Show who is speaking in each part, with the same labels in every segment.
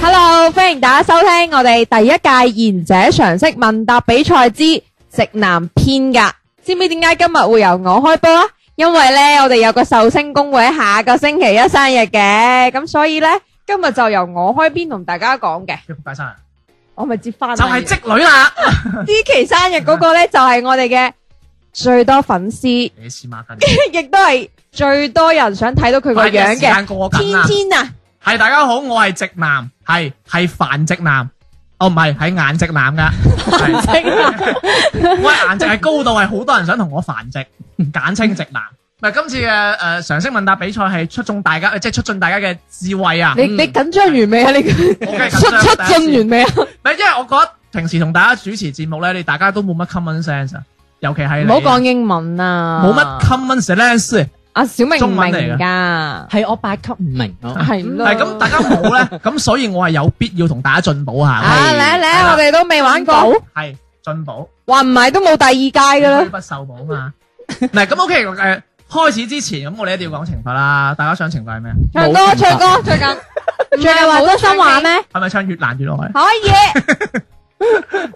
Speaker 1: Hello，歡迎大家收聽我哋第一屆賢者常識問答比賽之直男篇噶。知唔知點解今日會由我開波啊？因為呢，我哋有個壽星公會喺下個星期一生日嘅，咁所以呢，今日就由我開邊同大家講嘅。
Speaker 2: 一仆街生日
Speaker 1: 我咪接翻
Speaker 2: 就係積女啦。
Speaker 1: 呢期生日嗰個呢，就係我哋嘅最多粉絲，
Speaker 2: 你試孖 筋，
Speaker 1: 亦都係最多人想睇到佢個
Speaker 2: 快啲
Speaker 1: 樣
Speaker 2: 時
Speaker 1: 嘅。
Speaker 2: 間過緊
Speaker 1: 天
Speaker 2: 啦。
Speaker 1: 天啊！
Speaker 2: 係大家好，我係直男，係係繁直男。哦，唔係，係顏值 男噶，係我係顏值係高度係好多人想同我繁殖，簡稱直男。唔係今次嘅誒常識問答比賽係出眾大家，即係出盡大家嘅智慧啊！
Speaker 1: 你你緊張完未啊？你出
Speaker 2: 我梗係緊
Speaker 1: 出
Speaker 2: 張第一次
Speaker 1: 進完未啊？
Speaker 2: 唔係，因為我覺得平時同大家主持節目咧，你大家都冇乜 common sense 啊，尤其係
Speaker 1: 唔
Speaker 2: 你
Speaker 1: 好講英文啊！
Speaker 2: 冇乜 common sense。
Speaker 1: 阿小明唔
Speaker 2: 中文嚟
Speaker 1: 明㗎，
Speaker 3: 係我八級唔明咯。
Speaker 1: 係咯。
Speaker 2: 係咁，大家冇咧，咁所以我係有必要同大家進補下，
Speaker 1: 啊嚟
Speaker 2: 係
Speaker 1: 嚟，
Speaker 2: 啦
Speaker 1: 我哋都未玩過，
Speaker 2: 係進補，
Speaker 1: 話唔係都冇第二屆㗎
Speaker 2: 虛
Speaker 1: 啦。
Speaker 2: 不受補嘛。唔係咁 OK 誒，開始之前咁我哋一定要講懲罰啦，大家想懲罰係咩？
Speaker 1: 唱歌
Speaker 3: 冇
Speaker 1: 唱歌最近，最近話多心話咩？
Speaker 2: 係咪唱越難越愛？
Speaker 1: 可以，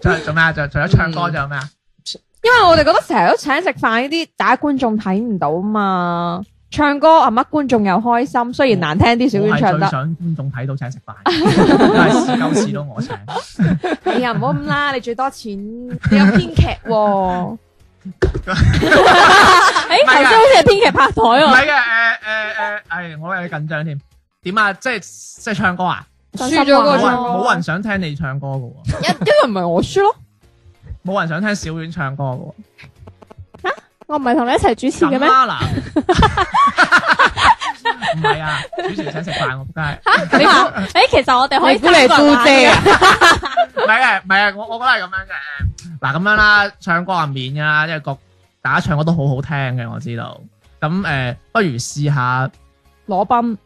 Speaker 2: 仲有做咩啊？仲有除咗唱歌仲有咩啊？
Speaker 1: 因為我哋覺得成日都請食飯呢啲，大家觀眾睇唔到嘛。唱歌啊乜觀眾又開心，
Speaker 2: 嗯
Speaker 1: 雖然難聽啲，小
Speaker 2: 我
Speaker 1: 娟
Speaker 2: 係
Speaker 1: 唱
Speaker 2: 最
Speaker 1: 得。
Speaker 2: 想觀眾睇到請食飯，但係試夠試到我請。
Speaker 1: 哎呀，唔好咁啦，你最多錢，你有編劇喎。
Speaker 4: 誒，
Speaker 2: 唔係啊
Speaker 4: 頭先好似係編劇拍台
Speaker 2: 唔
Speaker 4: 喎，
Speaker 2: 係嘅，誒誒誒，係我有啲緊張添。點啊？即係即係唱歌啊？
Speaker 1: 輸咗嗰個
Speaker 2: 冇
Speaker 1: 唱
Speaker 2: 人
Speaker 1: 歌
Speaker 2: 冇人想聽你唱歌嘅喎，
Speaker 1: 因因為唔係我輸咯，
Speaker 2: 冇人想聽小婉唱歌嘅
Speaker 4: 我唔係同你一齊主持
Speaker 2: 喎。
Speaker 4: 嘅咩
Speaker 2: 咁？啦嗱，唔係啊，主持人請食飯我梗係
Speaker 4: 你估誒，其實我哋可以
Speaker 1: 你估你係姑姐啊？
Speaker 2: 唔係嘅，唔係啊，我我覺得係咁樣嘅。嗱咁樣啦，唱歌啊免㗎啦，因為各大家唱歌都好好聽嘅，我知道。咁誒，不如試下
Speaker 1: 攞賓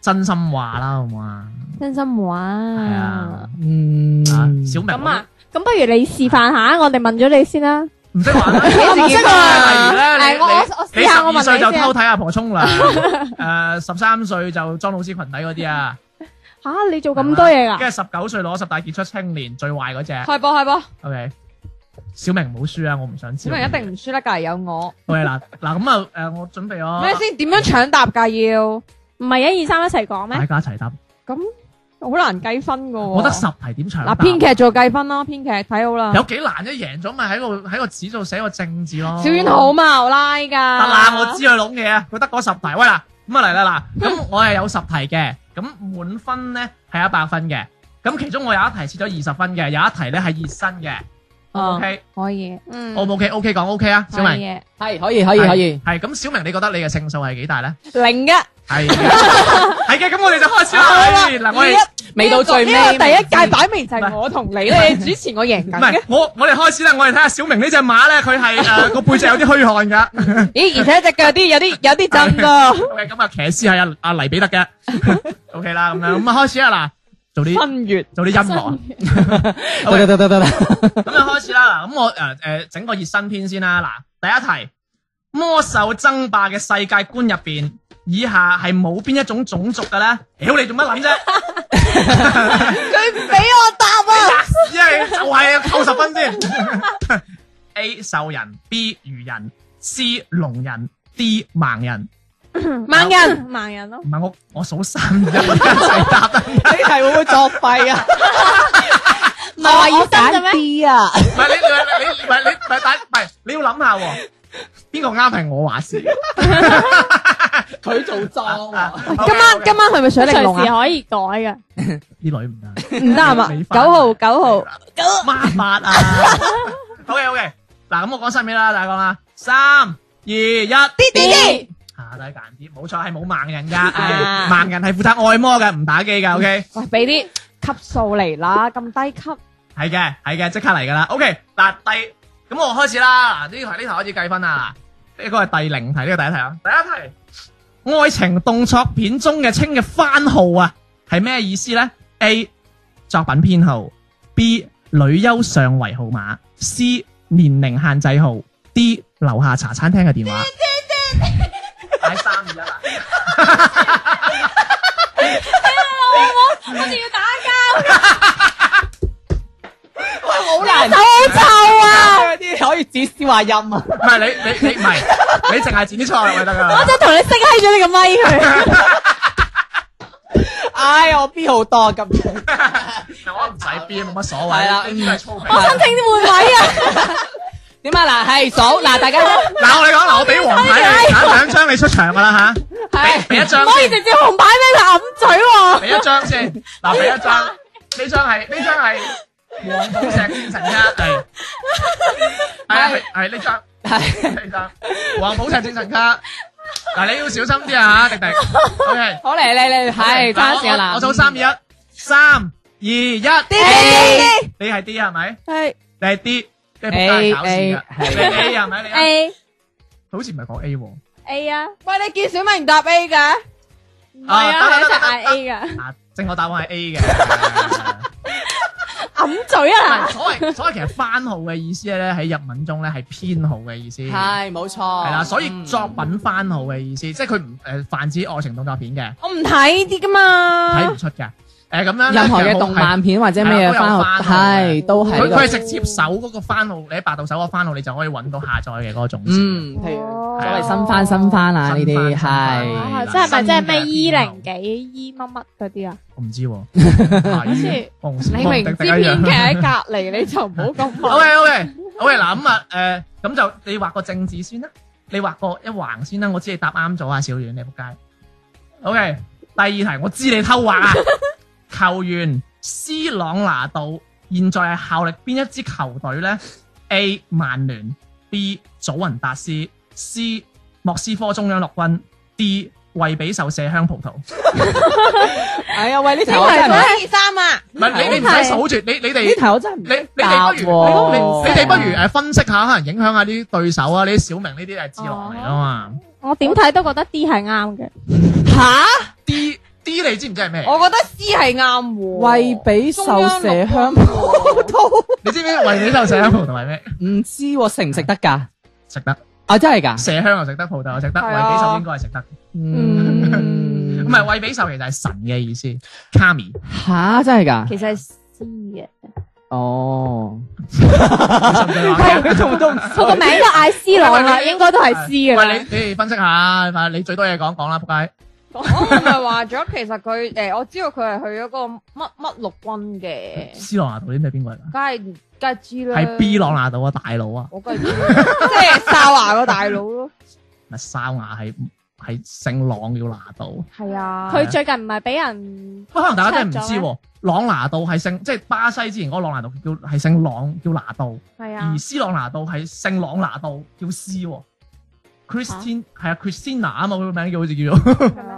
Speaker 2: 真心話啦，好唔好啊？
Speaker 1: 真心話。
Speaker 2: 係啊，
Speaker 3: 嗯，
Speaker 2: 啊小明
Speaker 4: 咁啊，咁不如你示範下，我哋問咗你先啦。
Speaker 2: 唔 識玩啦。
Speaker 1: 我
Speaker 2: 例
Speaker 1: 唔
Speaker 2: 如
Speaker 1: 識啊！誒，
Speaker 2: 咧，你
Speaker 1: 我我
Speaker 2: 你
Speaker 1: 我
Speaker 2: 你
Speaker 1: 試
Speaker 2: 十
Speaker 1: 下我問
Speaker 2: 二歲就
Speaker 1: 你
Speaker 2: 偷
Speaker 1: 先。
Speaker 2: 睇阿 婆沖涼，誒十三歲就裝老師裙底嗰啲啊，
Speaker 4: 吓，你做咁多嘢
Speaker 1: 啊
Speaker 4: 噶？
Speaker 2: 跟住十九歲攞十大傑出青年最壞嗰只
Speaker 1: 開波開波，
Speaker 2: ，OK。小明唔好輸啊！我唔想知。
Speaker 1: 小明一定唔輸啦，隔離有我。
Speaker 2: 喂嗱嗱咁啊誒，我準備咗
Speaker 1: 咩先？點樣搶答㗎？要
Speaker 4: 唔係一二三一齊講咩
Speaker 2: 大？家一齊答，
Speaker 1: 咁好難計分㗎喎。
Speaker 2: 我得十題點長答？
Speaker 1: 嗱，編劇做計分咯，編劇睇好啦。
Speaker 2: 有幾難啫？贏咗咪喺個喺個紙度寫個正字咯。
Speaker 1: 小丸好嘛，我拉㗎。得
Speaker 2: 得啦，我知佢諗嘢啊，佢得嗰十題。喂嗱，咁啊嚟啦嗱，咁我係有十題嘅，咁滿分咧係一百分嘅，咁其中我有一題設咗二十分嘅，有一題咧係熱身嘅。O
Speaker 1: 啊，
Speaker 2: K，
Speaker 1: 可以。
Speaker 4: 嗯
Speaker 2: O 唔 O K？OK 講 O K 啊，小明。
Speaker 1: 明
Speaker 3: 係可以可以可以。
Speaker 2: 係咁，小明你覺得你嘅勝數係幾大咧？
Speaker 1: 零嘅。
Speaker 2: 係嘅係嘅，咁我哋就開始
Speaker 1: Ờ,
Speaker 2: 啦。係嗱，我哋
Speaker 3: 未到最尾，
Speaker 1: 呢個第一屆擺明就係我同你咧，主持我贏
Speaker 2: 唔
Speaker 1: 緊嘅
Speaker 2: 係。我我哋開始啦，我哋睇下小明呢只馬咧，佢係 誒個背脊有啲虛汗㗎。
Speaker 1: 咦，而且只腳有啲有啲有啲震㗎。
Speaker 2: OK，咁啊，騎師係阿阿黎彼 得嘅。O K 啦，咁樣咁啊，開始啦嗱，做啲
Speaker 1: 分月
Speaker 2: 做啲音樂。啊
Speaker 3: 得得得得得，
Speaker 2: 咁就開始啦。嗱，咁我誒誒呃整個熱身篇先啦。嗱，第一題，魔獸爭霸嘅世界觀入邊，以下係冇邊一種種族嘅咧？屌你做乜諗啫？
Speaker 1: 佢唔俾我答啊！
Speaker 2: 因為就係扣十分先。A 獸人，B 魚人，C 龍人，D 盲人。
Speaker 1: 盲人，
Speaker 4: 盲人咯，
Speaker 2: 唔係我 我數三二一，一齊答啊 得唔得？
Speaker 3: 你係會唔會作弊
Speaker 1: à.
Speaker 3: 啊？
Speaker 4: 唔
Speaker 1: Ờ,
Speaker 4: 係話要揀嘅咩？
Speaker 3: B 啊，
Speaker 2: 唔係你你你你唔係你唔係但唔係你要諗下喎，邊個啱係我話事。
Speaker 3: 佢做莊啊。
Speaker 2: 今
Speaker 1: 哦今晚今晚係咪水玲瓏
Speaker 4: 隨時
Speaker 1: 啊？
Speaker 4: 可以改嘅。
Speaker 2: 啲女唔得。
Speaker 1: 唔得係嘛？
Speaker 2: 你
Speaker 1: 九號九號，
Speaker 2: 孖八啊！OK 嗱，咁我講新片啦，大家講啦，三二一，
Speaker 1: 啲啲
Speaker 2: 啊，大家揀啲，冇錯係冇盲人㗎，
Speaker 1: 啊
Speaker 2: 係 盲人係負責按摩嘅，唔打機㗎，OK。
Speaker 1: 喂，俾啲級數嚟啦，咁低級，
Speaker 2: 系嘅，系嘅，即刻嚟噶啦。OK，嗱第咁我開始啦，呢題呢題開始計分啦。呢個係第零題，呢個第一題啊。第一題，愛情動作片中嘅稱嘅番號啊，係咩意思呢 a 作品編號，B 女優上圍號碼，C 年齡限制號，D 樓下茶餐廳嘅電話。擺三二一啦！
Speaker 4: 我哋要打交。
Speaker 3: 好難
Speaker 1: 好臭啊！
Speaker 3: 啲可以指示話音啊！
Speaker 2: 唔係你你你唔係，你淨係剪啲錯就得噶啦
Speaker 1: 我。真係同你熄閪咗你個咪佢，
Speaker 3: 唉，我 B 好多咁樣，
Speaker 2: 我唔使 B 冇乜所謂。
Speaker 3: 係啦
Speaker 2: 呢啲係粗鄙
Speaker 1: 我申請換位啊！à.
Speaker 3: 點啊嗱，係數嗱，大家
Speaker 2: 嗱，我哋講嗱，我俾黃牌你，揀兩張你出場噶啦吓，俾俾一張
Speaker 1: 可以
Speaker 2: 先，
Speaker 1: 直接紅牌咩？佢揞嘴喎！
Speaker 2: 俾一張先，嗱，俾一張，呢張係呢張係黃寶石天神一，係係啊係係呢張
Speaker 3: 係
Speaker 2: 呢張黃寶石天神卡，嗱你要小心啲啊，迪迪，OK，
Speaker 3: 好嚟嚟嚟，係揸
Speaker 2: 嗱
Speaker 3: 住啊
Speaker 2: 我
Speaker 3: 嗱，
Speaker 2: 我數三二一，三二一，
Speaker 1: A
Speaker 2: 你係 D 係咪？
Speaker 1: 係
Speaker 2: 你係 D，你係
Speaker 3: A，
Speaker 2: 仆街搞事噶，
Speaker 3: A，
Speaker 2: 你係 A 係咪？你係
Speaker 4: A
Speaker 2: 好似唔係講 A 喎。
Speaker 4: A 啊，
Speaker 1: 喂，你見小明答 A 嘅，
Speaker 4: 係啊，係一齊嗌 A 噶，
Speaker 2: 啊，正確答案係 A 嘅。
Speaker 4: 揞嘴
Speaker 2: 唔
Speaker 4: 啊
Speaker 2: 係！所謂所謂其實番號嘅意思咧，喺日文中咧係編號嘅意思。係
Speaker 3: 係冇錯，
Speaker 2: 啦，所以
Speaker 3: 嗯
Speaker 2: 作品番號嘅意思，即係佢唔誒泛指愛情動作片嘅，
Speaker 1: 我唔睇呢啲噶嘛
Speaker 2: 睇唔。出嘅。誒咁樣呢
Speaker 3: 啊任何
Speaker 2: 其實
Speaker 3: 嘅
Speaker 2: 冇
Speaker 3: 動漫片或者咩嘢
Speaker 2: 係啦
Speaker 3: 番號
Speaker 2: 都有番號嘅
Speaker 3: 係都
Speaker 2: 係
Speaker 3: 係
Speaker 2: 佢
Speaker 3: 㗎
Speaker 2: 佢係直接搜嗰個番號，你喺百度搜嗰個番號，你就可以揾到下載嘅嗰個種子。
Speaker 3: 嗯，譬如
Speaker 4: 哦
Speaker 3: 所謂新番新番啊呢
Speaker 2: 新番
Speaker 3: 啲
Speaker 2: 新番
Speaker 4: 啊
Speaker 3: 係
Speaker 2: 係啦
Speaker 4: 即係咪即係
Speaker 2: 新嘅
Speaker 4: 咩 E
Speaker 2: 編號
Speaker 4: 零幾 E 乜乜嗰啲啊？
Speaker 2: 我 唔知喎。啊好
Speaker 4: 似
Speaker 1: 你明知編劇喺隔離，你就唔好 咁話。
Speaker 2: 好嘅，好嘅，好嘅。嗱咁啊，誒，咁就你畫個正字先啦，你畫個一橫先啦。我知你答啱咗啊，小遠你仆街。OK，第二題我知你偷畫啊。球員斯朗拿度現在係效力邊一支球隊呢 a 曼聯，B. 祖雲達斯，C. 莫斯科中央陸軍，D. 惠比壽麝香葡萄。
Speaker 3: 哎呀喂，呢題
Speaker 1: 因
Speaker 3: 我
Speaker 1: 為
Speaker 3: 真係唔
Speaker 1: 佢一二三啊，
Speaker 2: 唔係你你唔使數住，你你哋
Speaker 3: 呢題我真係唔
Speaker 2: 你你
Speaker 3: 答
Speaker 2: 哋不如你
Speaker 3: 喎
Speaker 2: 你你哋不如誒分析下，可能影響下啲對手啊，呢啲小明呢啲係智囊嚟啊嘛。
Speaker 4: 我點睇都覺得 D 係啱嘅。
Speaker 1: 吓？
Speaker 2: D D 你知唔知係咩？
Speaker 1: 我覺得 C 係啱喎。
Speaker 3: 惠比壽麝香葡萄，
Speaker 2: 你知唔知維你就麝香葡啊萄係咩？
Speaker 3: 唔知喎食唔食得㗎？
Speaker 2: 食得
Speaker 3: 啊真係㗎，
Speaker 2: 麝香又食得，葡萄又食得，
Speaker 1: 係
Speaker 2: 維
Speaker 1: 啊
Speaker 2: 比壽應該係食得。
Speaker 3: 嗯，
Speaker 2: 唔係維比壽其實係神嘅意思，Kami
Speaker 3: 吓真係㗎，
Speaker 4: 其實係 C 嘅，
Speaker 3: 哦，
Speaker 2: 你信唔信啊我
Speaker 3: 佢仲都唔
Speaker 4: 佢個名都嗌 C 朗啦，應該都係 C 嘅
Speaker 2: 喂，
Speaker 4: 啦。
Speaker 2: 你你哋分析下，咪你最多嘢講講啦，仆街。
Speaker 1: 我咪話咗，其實佢誒，我知道佢係去咗嗰個乜乜陸軍嘅，
Speaker 2: 斯朗拿度啲咩邊個嚟㗎？
Speaker 1: 梗係梗係知啦。
Speaker 2: 係 B 朗拿度啊，大佬啊，
Speaker 1: 我梗係知啦，即係哨牙個大佬咯。
Speaker 2: 咪哨牙係係姓朗要拿度。
Speaker 1: 係啊，
Speaker 4: 佢最近唔係俾人
Speaker 2: 不過可能大家真係唔知喎，朗拿度係姓即係巴西之前嗰個朗拿度叫係姓朗叫拿度，
Speaker 4: 係
Speaker 1: à,
Speaker 4: 啊
Speaker 2: 而，斯朗拿度係姓朗拿度叫斯喎。Christine 係啊，Christina 啊嘛，佢個名叫好似叫做
Speaker 4: 係咩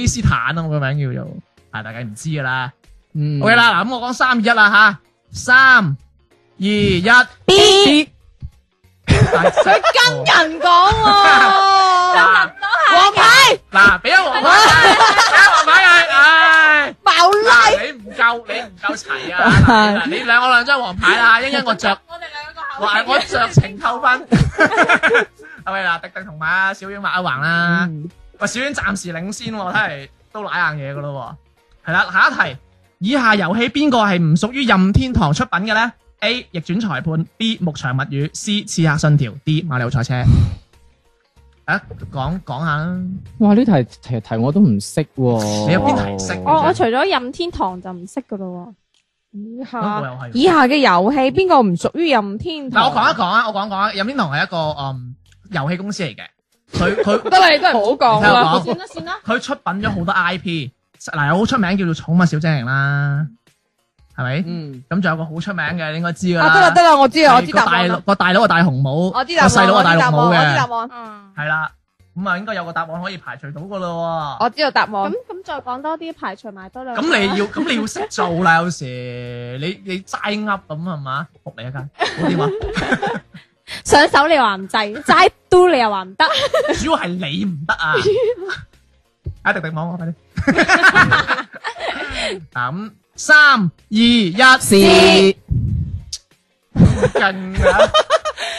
Speaker 2: 基斯坦啊嘛，佢個名叫做，係大家唔知噶啦。
Speaker 3: 嗯
Speaker 2: OK 啦，嗱咁我講三二一啦吓，三二一 B，
Speaker 3: B
Speaker 2: 佢跟
Speaker 1: 人講喎，
Speaker 2: 嗱
Speaker 1: 黃牌
Speaker 2: 嗱，俾一黃牌，俾一黃牌係，唉。
Speaker 1: 爆啦！
Speaker 2: 嗱，你唔夠，你唔夠齊啊！嗱你兩我兩張黃牌啦，一陣我着，我哋兩個我酌情扣分。係咪嗱？迪迪同埋阿小婉畫一橫啦。喂，小婉暫時領先喎，睇嚟都賴硬嘢噶咯喎。係啦，下一題，以下遊戲邊個係唔屬於任天堂出品嘅咧？A. 逆轉裁判，B. 牧場物語，C. 刺客信條，D. 馬里奧賽車。啊，講講下啦，
Speaker 3: 哇呢題題題我都唔識喎，
Speaker 2: 你有邊題識
Speaker 4: 我哦我除咗任天堂就唔識噶咯
Speaker 1: 以
Speaker 2: 咁我
Speaker 1: 下
Speaker 2: 又係喎。
Speaker 1: 以下嘅遊戲邊個唔屬於任天堂？
Speaker 2: 啊嗱，我講一講啊，我講一講啊，任天堂係一個嗯遊戲公司嚟嘅，佢佢
Speaker 1: 得啦，你都係唔好講啦。
Speaker 2: 你聽我講
Speaker 1: 啦算啦，
Speaker 2: 佢出品咗好多 IP，嗱有好出名叫做《寵物小精靈》啦，係咪？
Speaker 3: 嗯，
Speaker 2: 咁仲有個好出名嘅，你應該知㗎
Speaker 1: 啊，得啦
Speaker 2: 啦
Speaker 1: 得。啦，我知啊，我
Speaker 2: 係
Speaker 1: 知
Speaker 2: 個
Speaker 1: 答
Speaker 2: 大
Speaker 1: 案
Speaker 2: 佬
Speaker 1: 啦，
Speaker 2: 個大佬係大紅帽，個
Speaker 1: 我知答案，
Speaker 2: 細佬
Speaker 1: 我
Speaker 2: 係
Speaker 1: 知答
Speaker 2: 大綠
Speaker 1: 案，
Speaker 2: 帽
Speaker 1: 我知
Speaker 2: 嘅
Speaker 1: 答，案，
Speaker 4: 嗯，
Speaker 2: 係啦。咁啊，應該有個答案可以排除到㗎咯喎。
Speaker 1: 我知道答
Speaker 4: 咁
Speaker 1: 案。
Speaker 4: 咁再講多啲排除埋多兩個。
Speaker 2: 咁你要咁你要識做啦，有時你你齋噏咁係嘛？仆你一間，好啲話。
Speaker 4: 上手你話唔制，齋 do 你又話唔得，
Speaker 2: 主要係你唔得啊！啊，迪迪望我快啲。 咁三二一，
Speaker 3: 是
Speaker 2: 近啊！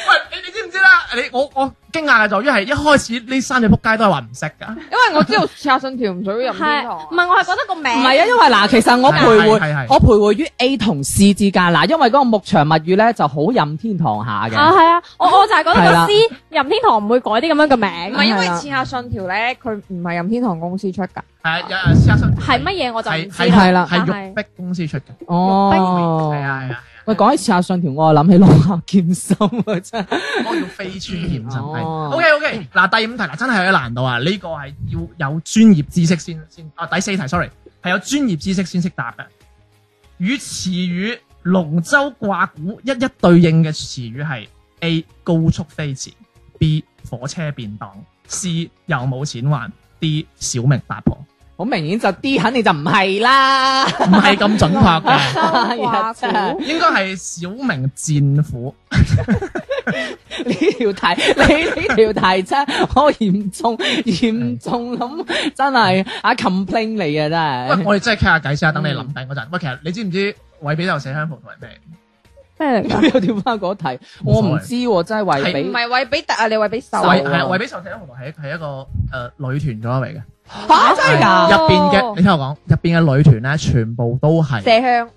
Speaker 2: 喂，你你知唔知啦？你我我驚訝嘅在於係一開始呢三隻仆街都係話唔識㗎。
Speaker 1: 因為我知道拆信條唔屬於入天
Speaker 4: 係
Speaker 1: 堂
Speaker 4: 唔。係我係覺得個名
Speaker 3: 唔係啊，因為嗱，其實我徘徊
Speaker 2: 係係係，
Speaker 3: 我徘徊於 A 同 C 之間嗱，因為嗰個牧場物語咧就好任天堂下
Speaker 4: 啊
Speaker 3: 嘅，
Speaker 4: 係啊，我我就係覺
Speaker 3: 係
Speaker 4: 得
Speaker 3: 啦
Speaker 4: 個 C 任天堂唔會改啲咁樣嘅名，
Speaker 1: 唔係因為
Speaker 4: 係啦
Speaker 1: 刺客信條咧，佢唔係任天堂公司出㗎，
Speaker 2: 係有有試下出
Speaker 4: 係乜嘢我就唔
Speaker 2: 係
Speaker 4: 知
Speaker 2: 係
Speaker 4: 啦。
Speaker 3: 係啦
Speaker 2: 係
Speaker 4: 但
Speaker 2: 玉碧公司出嘅。
Speaker 3: 哦，
Speaker 2: 係啊係啊
Speaker 3: 喂，講起刺客信條，我又諗起龍下劍心啊，真係。
Speaker 2: 係啊，我要飛穿劍神係。
Speaker 3: 哦
Speaker 2: O K O K，嗱第五題嗱真係有難度啊！呢個係要有專業知識先先啊，第四題 sorry 係有專業知識先識答嘅。與詞語龍舟掛鼓一一對應嘅詞語係 A 高速飛馳，B 火車便當，C 又冇錢還，D 小明八婆，
Speaker 3: 好明顯就 D 肯定就唔係啦，
Speaker 2: 唔係咁準確 嘅，
Speaker 4: 掛
Speaker 3: 真係
Speaker 4: 鼓
Speaker 2: 應該係小明戰斧。
Speaker 3: 呢條題， 你呢條題真係 好嚴重，嚴重咁真係啊 complain 你嘅真
Speaker 2: 喂，
Speaker 3: 係。
Speaker 2: 我哋真係傾下偈先啊！等你諗
Speaker 3: 嗯
Speaker 2: 緊嗰陣。喂，其實你知唔知韋比就寫香葡萄係咩？
Speaker 4: 咩嚟㗎？
Speaker 3: 又調翻嗰題，我唔知喎，真係為俾
Speaker 1: 唔係為比特啊，你為比受
Speaker 3: 啊
Speaker 2: 韋係韋比壽寫香葡萄係一係一個誒、呃女團組合嚟嘅。
Speaker 3: 嚇真係㗎，
Speaker 2: 入邊嘅你聽我講，入邊嘅女團咧，全部都係
Speaker 1: 麝香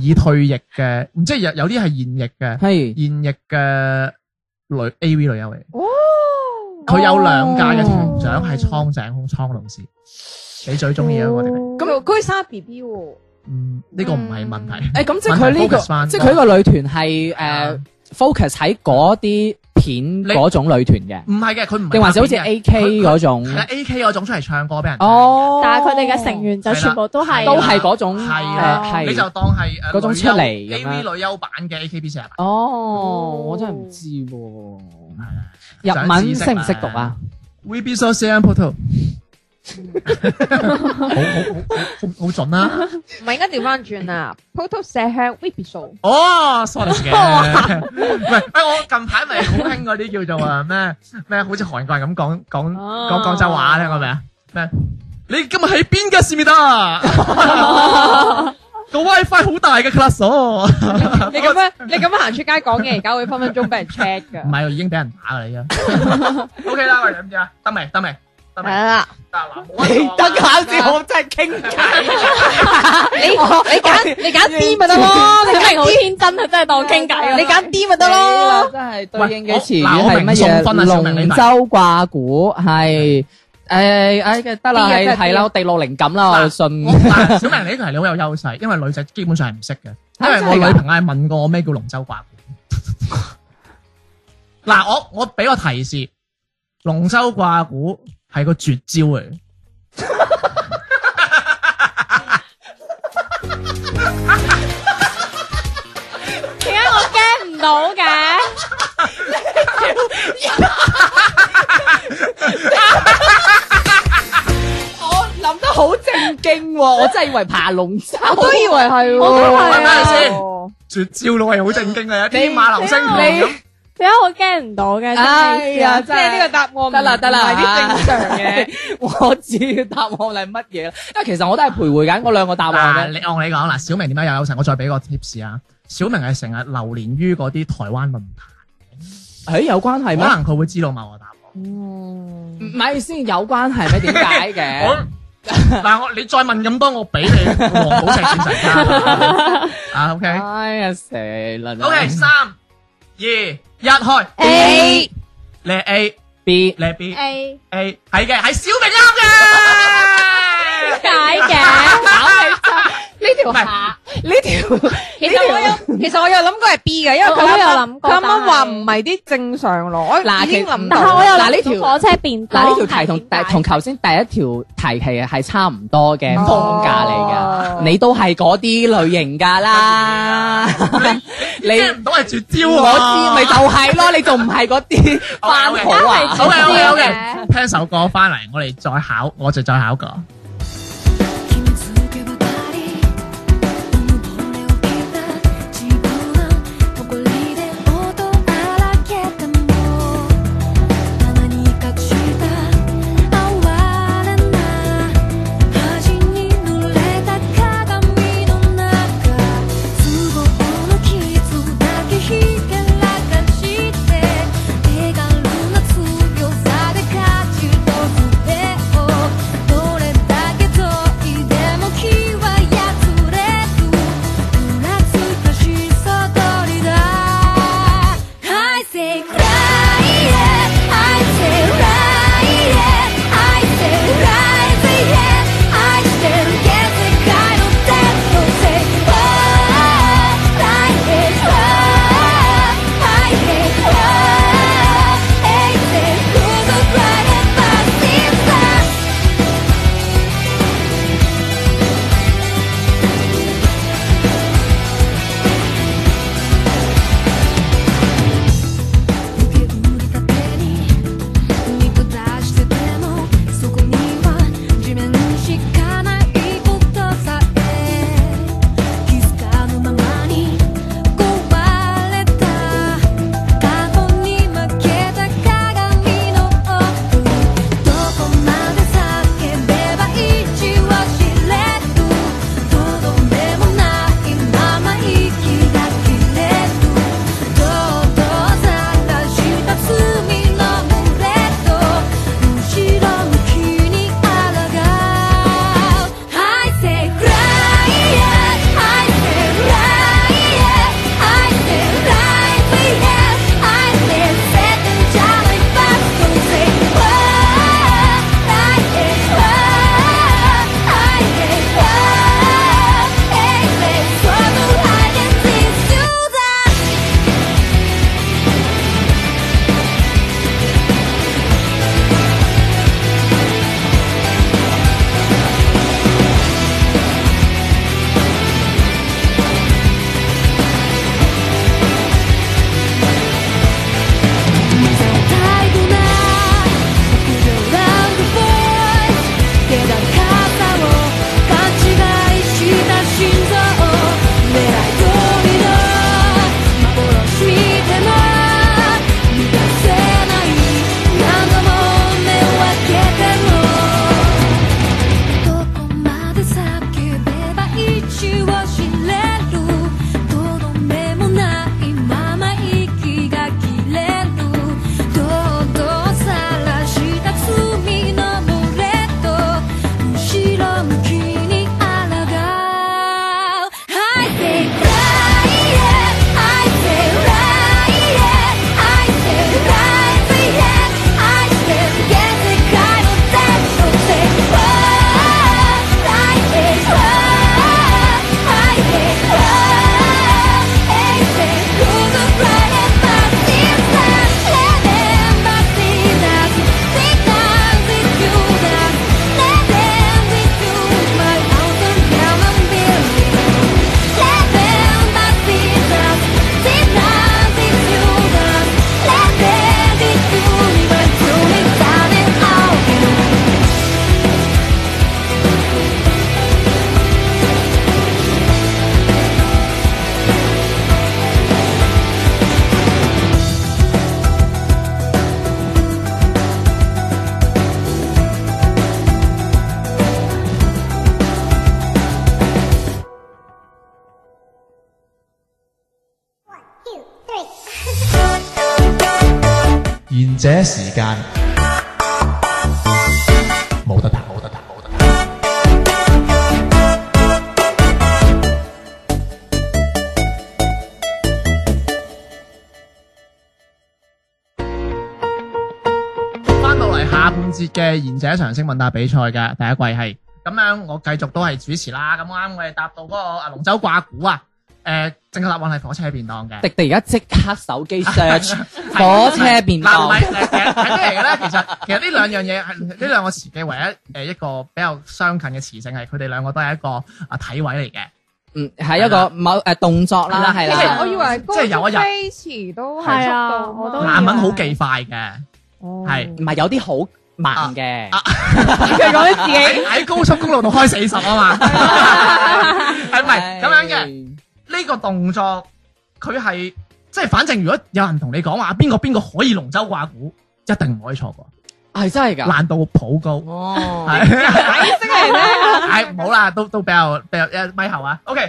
Speaker 2: 已退役嘅，唔即係有有啲係現役嘅，
Speaker 3: 係
Speaker 2: 現役嘅女 A V 女優嚟嘅。
Speaker 1: 哦，
Speaker 2: 佢有兩屆嘅團長係蒼井空蒼老師，你最中意啊？我哋
Speaker 3: 哦
Speaker 2: 明
Speaker 1: 咁佢生 B B 喎，
Speaker 2: 嗯，呢、個唔係問題。
Speaker 3: 誒咁即係佢呢個
Speaker 2: 問題 focus 返
Speaker 3: 即係佢呢個女團係
Speaker 2: 啊
Speaker 3: 誒 focus 喺嗰啲片嗰種女團嘅，
Speaker 2: 唔係嘅，佢唔係
Speaker 3: 定還是好似
Speaker 2: 拍片
Speaker 3: A
Speaker 2: 嘅
Speaker 3: K 嗰種
Speaker 2: 係？啦 A K 嗰種出嚟唱歌俾人聽。
Speaker 3: 哦，
Speaker 4: 但係佢哋嘅成員就全部都係
Speaker 3: 都係嗰種
Speaker 2: 係
Speaker 3: 誒
Speaker 2: 啦
Speaker 3: 係
Speaker 2: 你就當係誒
Speaker 3: 嗰種出嚟咁
Speaker 2: A
Speaker 3: 樣
Speaker 2: V 女優版嘅 A K B 四啊，
Speaker 3: 哦，我真係唔知喎。日文識唔識讀啊？
Speaker 2: We be so s a n portal，好好好好好準啦！
Speaker 1: 唔係應該調翻轉啊，Proto 麝香 V B 數，
Speaker 2: 哦，sorry 嘅，唔係，喂，我近排咪好興嗰啲叫做啊咩咩，好似韓國人咁講講講廣州話咧，我咪啊咩？你今日喺邊嘅思密達？個 WiFi 好大嘅 class 哦，
Speaker 1: 你咁樣你咁樣行出街講嘢，而家會分分鐘俾人 check 㗎。
Speaker 2: 唔係，已經俾人打啦，已經。OK 啦，喂，咁點啊？得未？得未？得未？
Speaker 1: 係啦，
Speaker 2: 得啦，冇
Speaker 3: 你
Speaker 2: 得
Speaker 3: 得搞笑，我真係傾偈。
Speaker 1: 你你揀你揀 D 咪得 咯，
Speaker 4: 哇！你明好天真啊，真係當傾偈啊！
Speaker 1: 你揀 D 咪得咯。
Speaker 3: 真係
Speaker 2: 對
Speaker 3: 對
Speaker 2: 應
Speaker 3: 應
Speaker 2: 嘅
Speaker 3: 嘅詞
Speaker 2: 詞語
Speaker 3: 語
Speaker 2: 係
Speaker 3: 係
Speaker 2: 乜
Speaker 3: 乜
Speaker 2: 嘢
Speaker 3: 嘢？龍舟掛鼓係誒誒得啦，係係啦，我第六靈感啦，我信
Speaker 2: 我。但係小明你呢個係你好有優勢，因為女仔基本上係唔識嘅，因為我
Speaker 3: 真係㗎
Speaker 2: 女朋友係問過我咩叫龍舟掛鼓。嗱，我 我俾個提示，龍舟掛鼓係個絕招嚟嘅。
Speaker 4: 點解我 get 唔到嘅？
Speaker 3: 我諗得好正經喎，我真係以為爬龍 舟。
Speaker 1: 我都以為係喎，
Speaker 4: 我都係
Speaker 2: 啊等陣先
Speaker 1: 哦
Speaker 2: 絕招咯，係好正經嘅，天馬流星拳咁。
Speaker 4: 點解我 get 唔到嘅？
Speaker 3: 哎呀
Speaker 1: 即係呢個答案唔
Speaker 3: 得啦得啦
Speaker 1: 唔係啲正常 嘅。
Speaker 3: 我知答案係乜嘢啦，因為其實我都係徘徊緊嗰兩個答
Speaker 2: 嗱，
Speaker 3: 案
Speaker 2: 你
Speaker 3: 嘅。
Speaker 2: 按你講嗱，小明點解有優勢？我再俾個 tips 啊，小明係成日流連於嗰啲台灣論壇，
Speaker 3: 誒有關係
Speaker 2: 可
Speaker 3: 咩？
Speaker 2: 能佢會知道某個答案。
Speaker 3: 唔係先有關係咩？點解 嘅？
Speaker 2: 我嗱我你再問咁多，我俾你黃寶石鑽 石卡啊！OK
Speaker 3: 哎呀死啦
Speaker 2: OK，三二一開，
Speaker 1: A
Speaker 2: 你係 A，
Speaker 3: B
Speaker 2: 你係 B
Speaker 4: A
Speaker 2: A 係嘅，係小明啱嘅。
Speaker 4: 解嘅？
Speaker 3: 呢條
Speaker 2: 唔係
Speaker 3: 呢條
Speaker 1: 其實我有，其實我有諗過係 B 嘅，因為佢
Speaker 4: 我都
Speaker 1: 啱
Speaker 4: 有
Speaker 1: 啱
Speaker 4: 諗過
Speaker 1: 佢啱啱話
Speaker 4: 但係
Speaker 1: 唔係啲正常咯，我
Speaker 3: 嗱
Speaker 1: 已經
Speaker 3: 其
Speaker 1: 諗
Speaker 4: 但係
Speaker 1: 到
Speaker 4: 我。又
Speaker 3: 嗱呢條
Speaker 4: 諗到火車
Speaker 3: 嗱
Speaker 4: 便當
Speaker 3: 呢條題同
Speaker 4: 係點解
Speaker 3: 同頭先第一條題係係差唔多嘅，唔同風格嚟
Speaker 1: 哦
Speaker 3: 噶，你都係嗰啲類型噶啦，你
Speaker 2: 啊 你唔到係絕招
Speaker 3: 我知
Speaker 2: 啊！
Speaker 3: 咪就係咯，你仲唔係嗰啲翻好啊？
Speaker 2: 好嘅好嘅好
Speaker 4: 嘅
Speaker 2: 嘅，聽首歌翻嚟，我哋再考，我就再考過。
Speaker 5: 「どれだけ遠いでも気はやつれる」「うらつかしさとりだ」「I say cry yeah I say cry yeah I say cry yeah I say 世界のデッド say oh I hate cry I hate cry I say 孤独はやっぱ心受け売りた手に見下しててもそこには地面しかないことさえ気づかぬままに壊れた過去に負けた鏡の奥どこまで叫べば一を知れるとどめもないまま息が切れる「どうぞ探した罪の胸と」「後ろ向きに抗う」「I say cry yeah I say cry yeah I say cry yeah I say set in challenge but don't say why I say why I say why I say so no I can see you that 最後な「ラウンドボーイ」「気高さを勘違いした心臓」「狙い通りの幻でも満たせない」「何度も目を開けても」「どこまで叫べば一を知れる」「とどめもないまま息が切れる」「堂々晒した罪の漏れと」「後ろ向きに抗う」「I say cry yeah I say cry yeah I say cry yeah I say 世界の全部 say I hate love, I hate love. Everything goes right and fast, it's not letting my sinners think I'm with you now. Letting with you my awesome human being. Letting my sinners think I'm with you now. Letting with you my truly darling, all you.
Speaker 6: 贤者時間冇得彈，冇得彈，冇得彈。
Speaker 2: 翻到嚟下半節嘅賢者常識問答比賽嘅第一季係咁樣，我繼續都係主持啦。咁啱我哋答到嗰個啊龍舟掛鼓啊，誒正確答案係火車便當嘅。
Speaker 3: 迪迪而家即刻手機 search
Speaker 2: 係
Speaker 3: 火車便
Speaker 2: 嗱，
Speaker 3: 當
Speaker 2: 唔，係誒誒係咩嚟嘅咧？其實其實呢兩樣嘢係呢兩個詞嘅唯一誒一個比較相近嘅詞性係佢哋兩個都係一個啊體位嚟嘅。
Speaker 3: 嗯，係一個某誒動作啦，係
Speaker 2: 即係
Speaker 3: 啦
Speaker 1: 我，以為
Speaker 2: 即係有一日
Speaker 1: 飛詞都
Speaker 4: 係啊
Speaker 1: 速度嘛
Speaker 4: 我都以為
Speaker 2: 男人好記快嘅，係
Speaker 3: 唔係有啲好慢嘅，
Speaker 2: 啊
Speaker 1: 佢講啲自己
Speaker 2: 喺喺高速公路度開四十啊嘛，啊係咪咁樣嘅？
Speaker 3: 嘅？
Speaker 2: 呢個動作佢係即係，反正如果有人同你講話邊個邊個可以龍舟掛鼓，一定唔可以錯過，
Speaker 3: 係真係㗎，
Speaker 2: 難度好高。
Speaker 3: 哦，
Speaker 2: 係解釋嚟咧，係冇啦，都都比較比較一咪後啊。OK，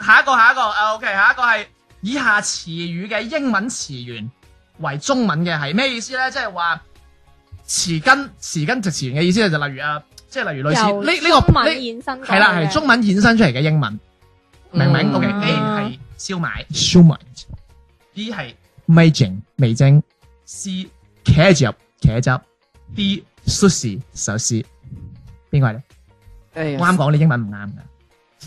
Speaker 2: 下一個下一個啊，OK，下一個係以下詞語嘅英文詞源為中文嘅係咩意思咧？即係話詞根詞根就詞源嘅意思就例如啊，即係例如類似
Speaker 4: 由
Speaker 2: 呢呢
Speaker 4: 中
Speaker 2: 個
Speaker 4: 文
Speaker 2: 呢
Speaker 4: 衍生
Speaker 2: 係啦，係中文衍生出嚟嘅英文，明唔明
Speaker 3: 嗯
Speaker 2: ？OK，A 係燒賣燒賣，B 係味精味精，C 茄汁茄汁，D sushi 壽司，邊個係你？
Speaker 3: 哎呀
Speaker 2: 我啱講你英文唔啱㗎，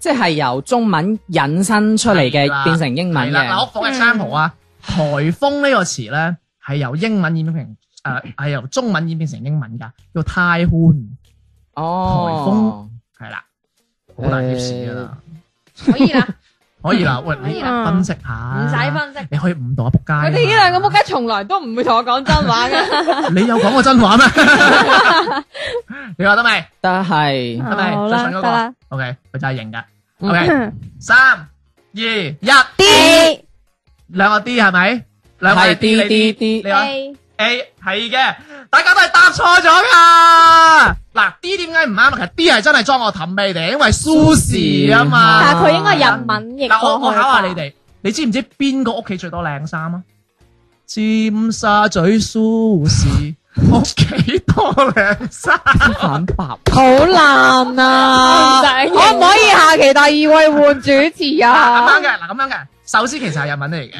Speaker 3: 即係由中文引申出嚟
Speaker 2: 係啦
Speaker 3: 嘅，變成英文
Speaker 2: 係啦，嗱我
Speaker 3: 嘅。
Speaker 2: 放 example 啊，颱風呢個詞咧係由英文演變成誒係由中文演變成英文㗎，叫 typhoon
Speaker 3: 哦，
Speaker 2: 係啦，好難揭示㗎啦，
Speaker 1: 可以啦，
Speaker 2: 可以啦，喂你
Speaker 4: 啦
Speaker 2: 分析下，
Speaker 1: 唔使，分析。
Speaker 2: 你可以誤導下
Speaker 1: 佢
Speaker 2: 仆街。
Speaker 1: 哋呢兩個仆街從來都唔會同我講真話 嘅，
Speaker 2: 街，你有講過真話 咩？你話得未？
Speaker 3: 但係
Speaker 2: 得未？
Speaker 4: 好
Speaker 2: 最
Speaker 4: 啦，
Speaker 2: 蠢
Speaker 4: 得
Speaker 2: 嗰
Speaker 4: 啦
Speaker 2: 個，OK，佢就係型㗎。
Speaker 3: 嗯
Speaker 2: OK，三二一，
Speaker 4: ，D
Speaker 2: 兩個 D 係咪？兩個係
Speaker 3: 係 D
Speaker 2: D 你
Speaker 3: D D，
Speaker 2: 你話。
Speaker 4: A
Speaker 2: A 係嘅，大家都係答錯咗噶。嗱，D 點解唔啱啊？其實 D 係真係裝我氹味嚟，因為 Sushi 啊
Speaker 4: 但
Speaker 2: 嘛。
Speaker 4: 係佢應該係日文譯
Speaker 2: 嗱，我我
Speaker 4: 過去
Speaker 2: 考下
Speaker 4: 吧
Speaker 2: 你哋，你知唔知邊個屋企最多靚衫啊？尖沙咀 Sushi 屋企多靚衫，
Speaker 3: 反 白，
Speaker 1: 好難啊！可唔可以下期第二位換主持
Speaker 2: 嗱咁
Speaker 1: 啊
Speaker 2: 樣？嘅，嗱咁樣嘅，壽司其實係日文嚟嘅，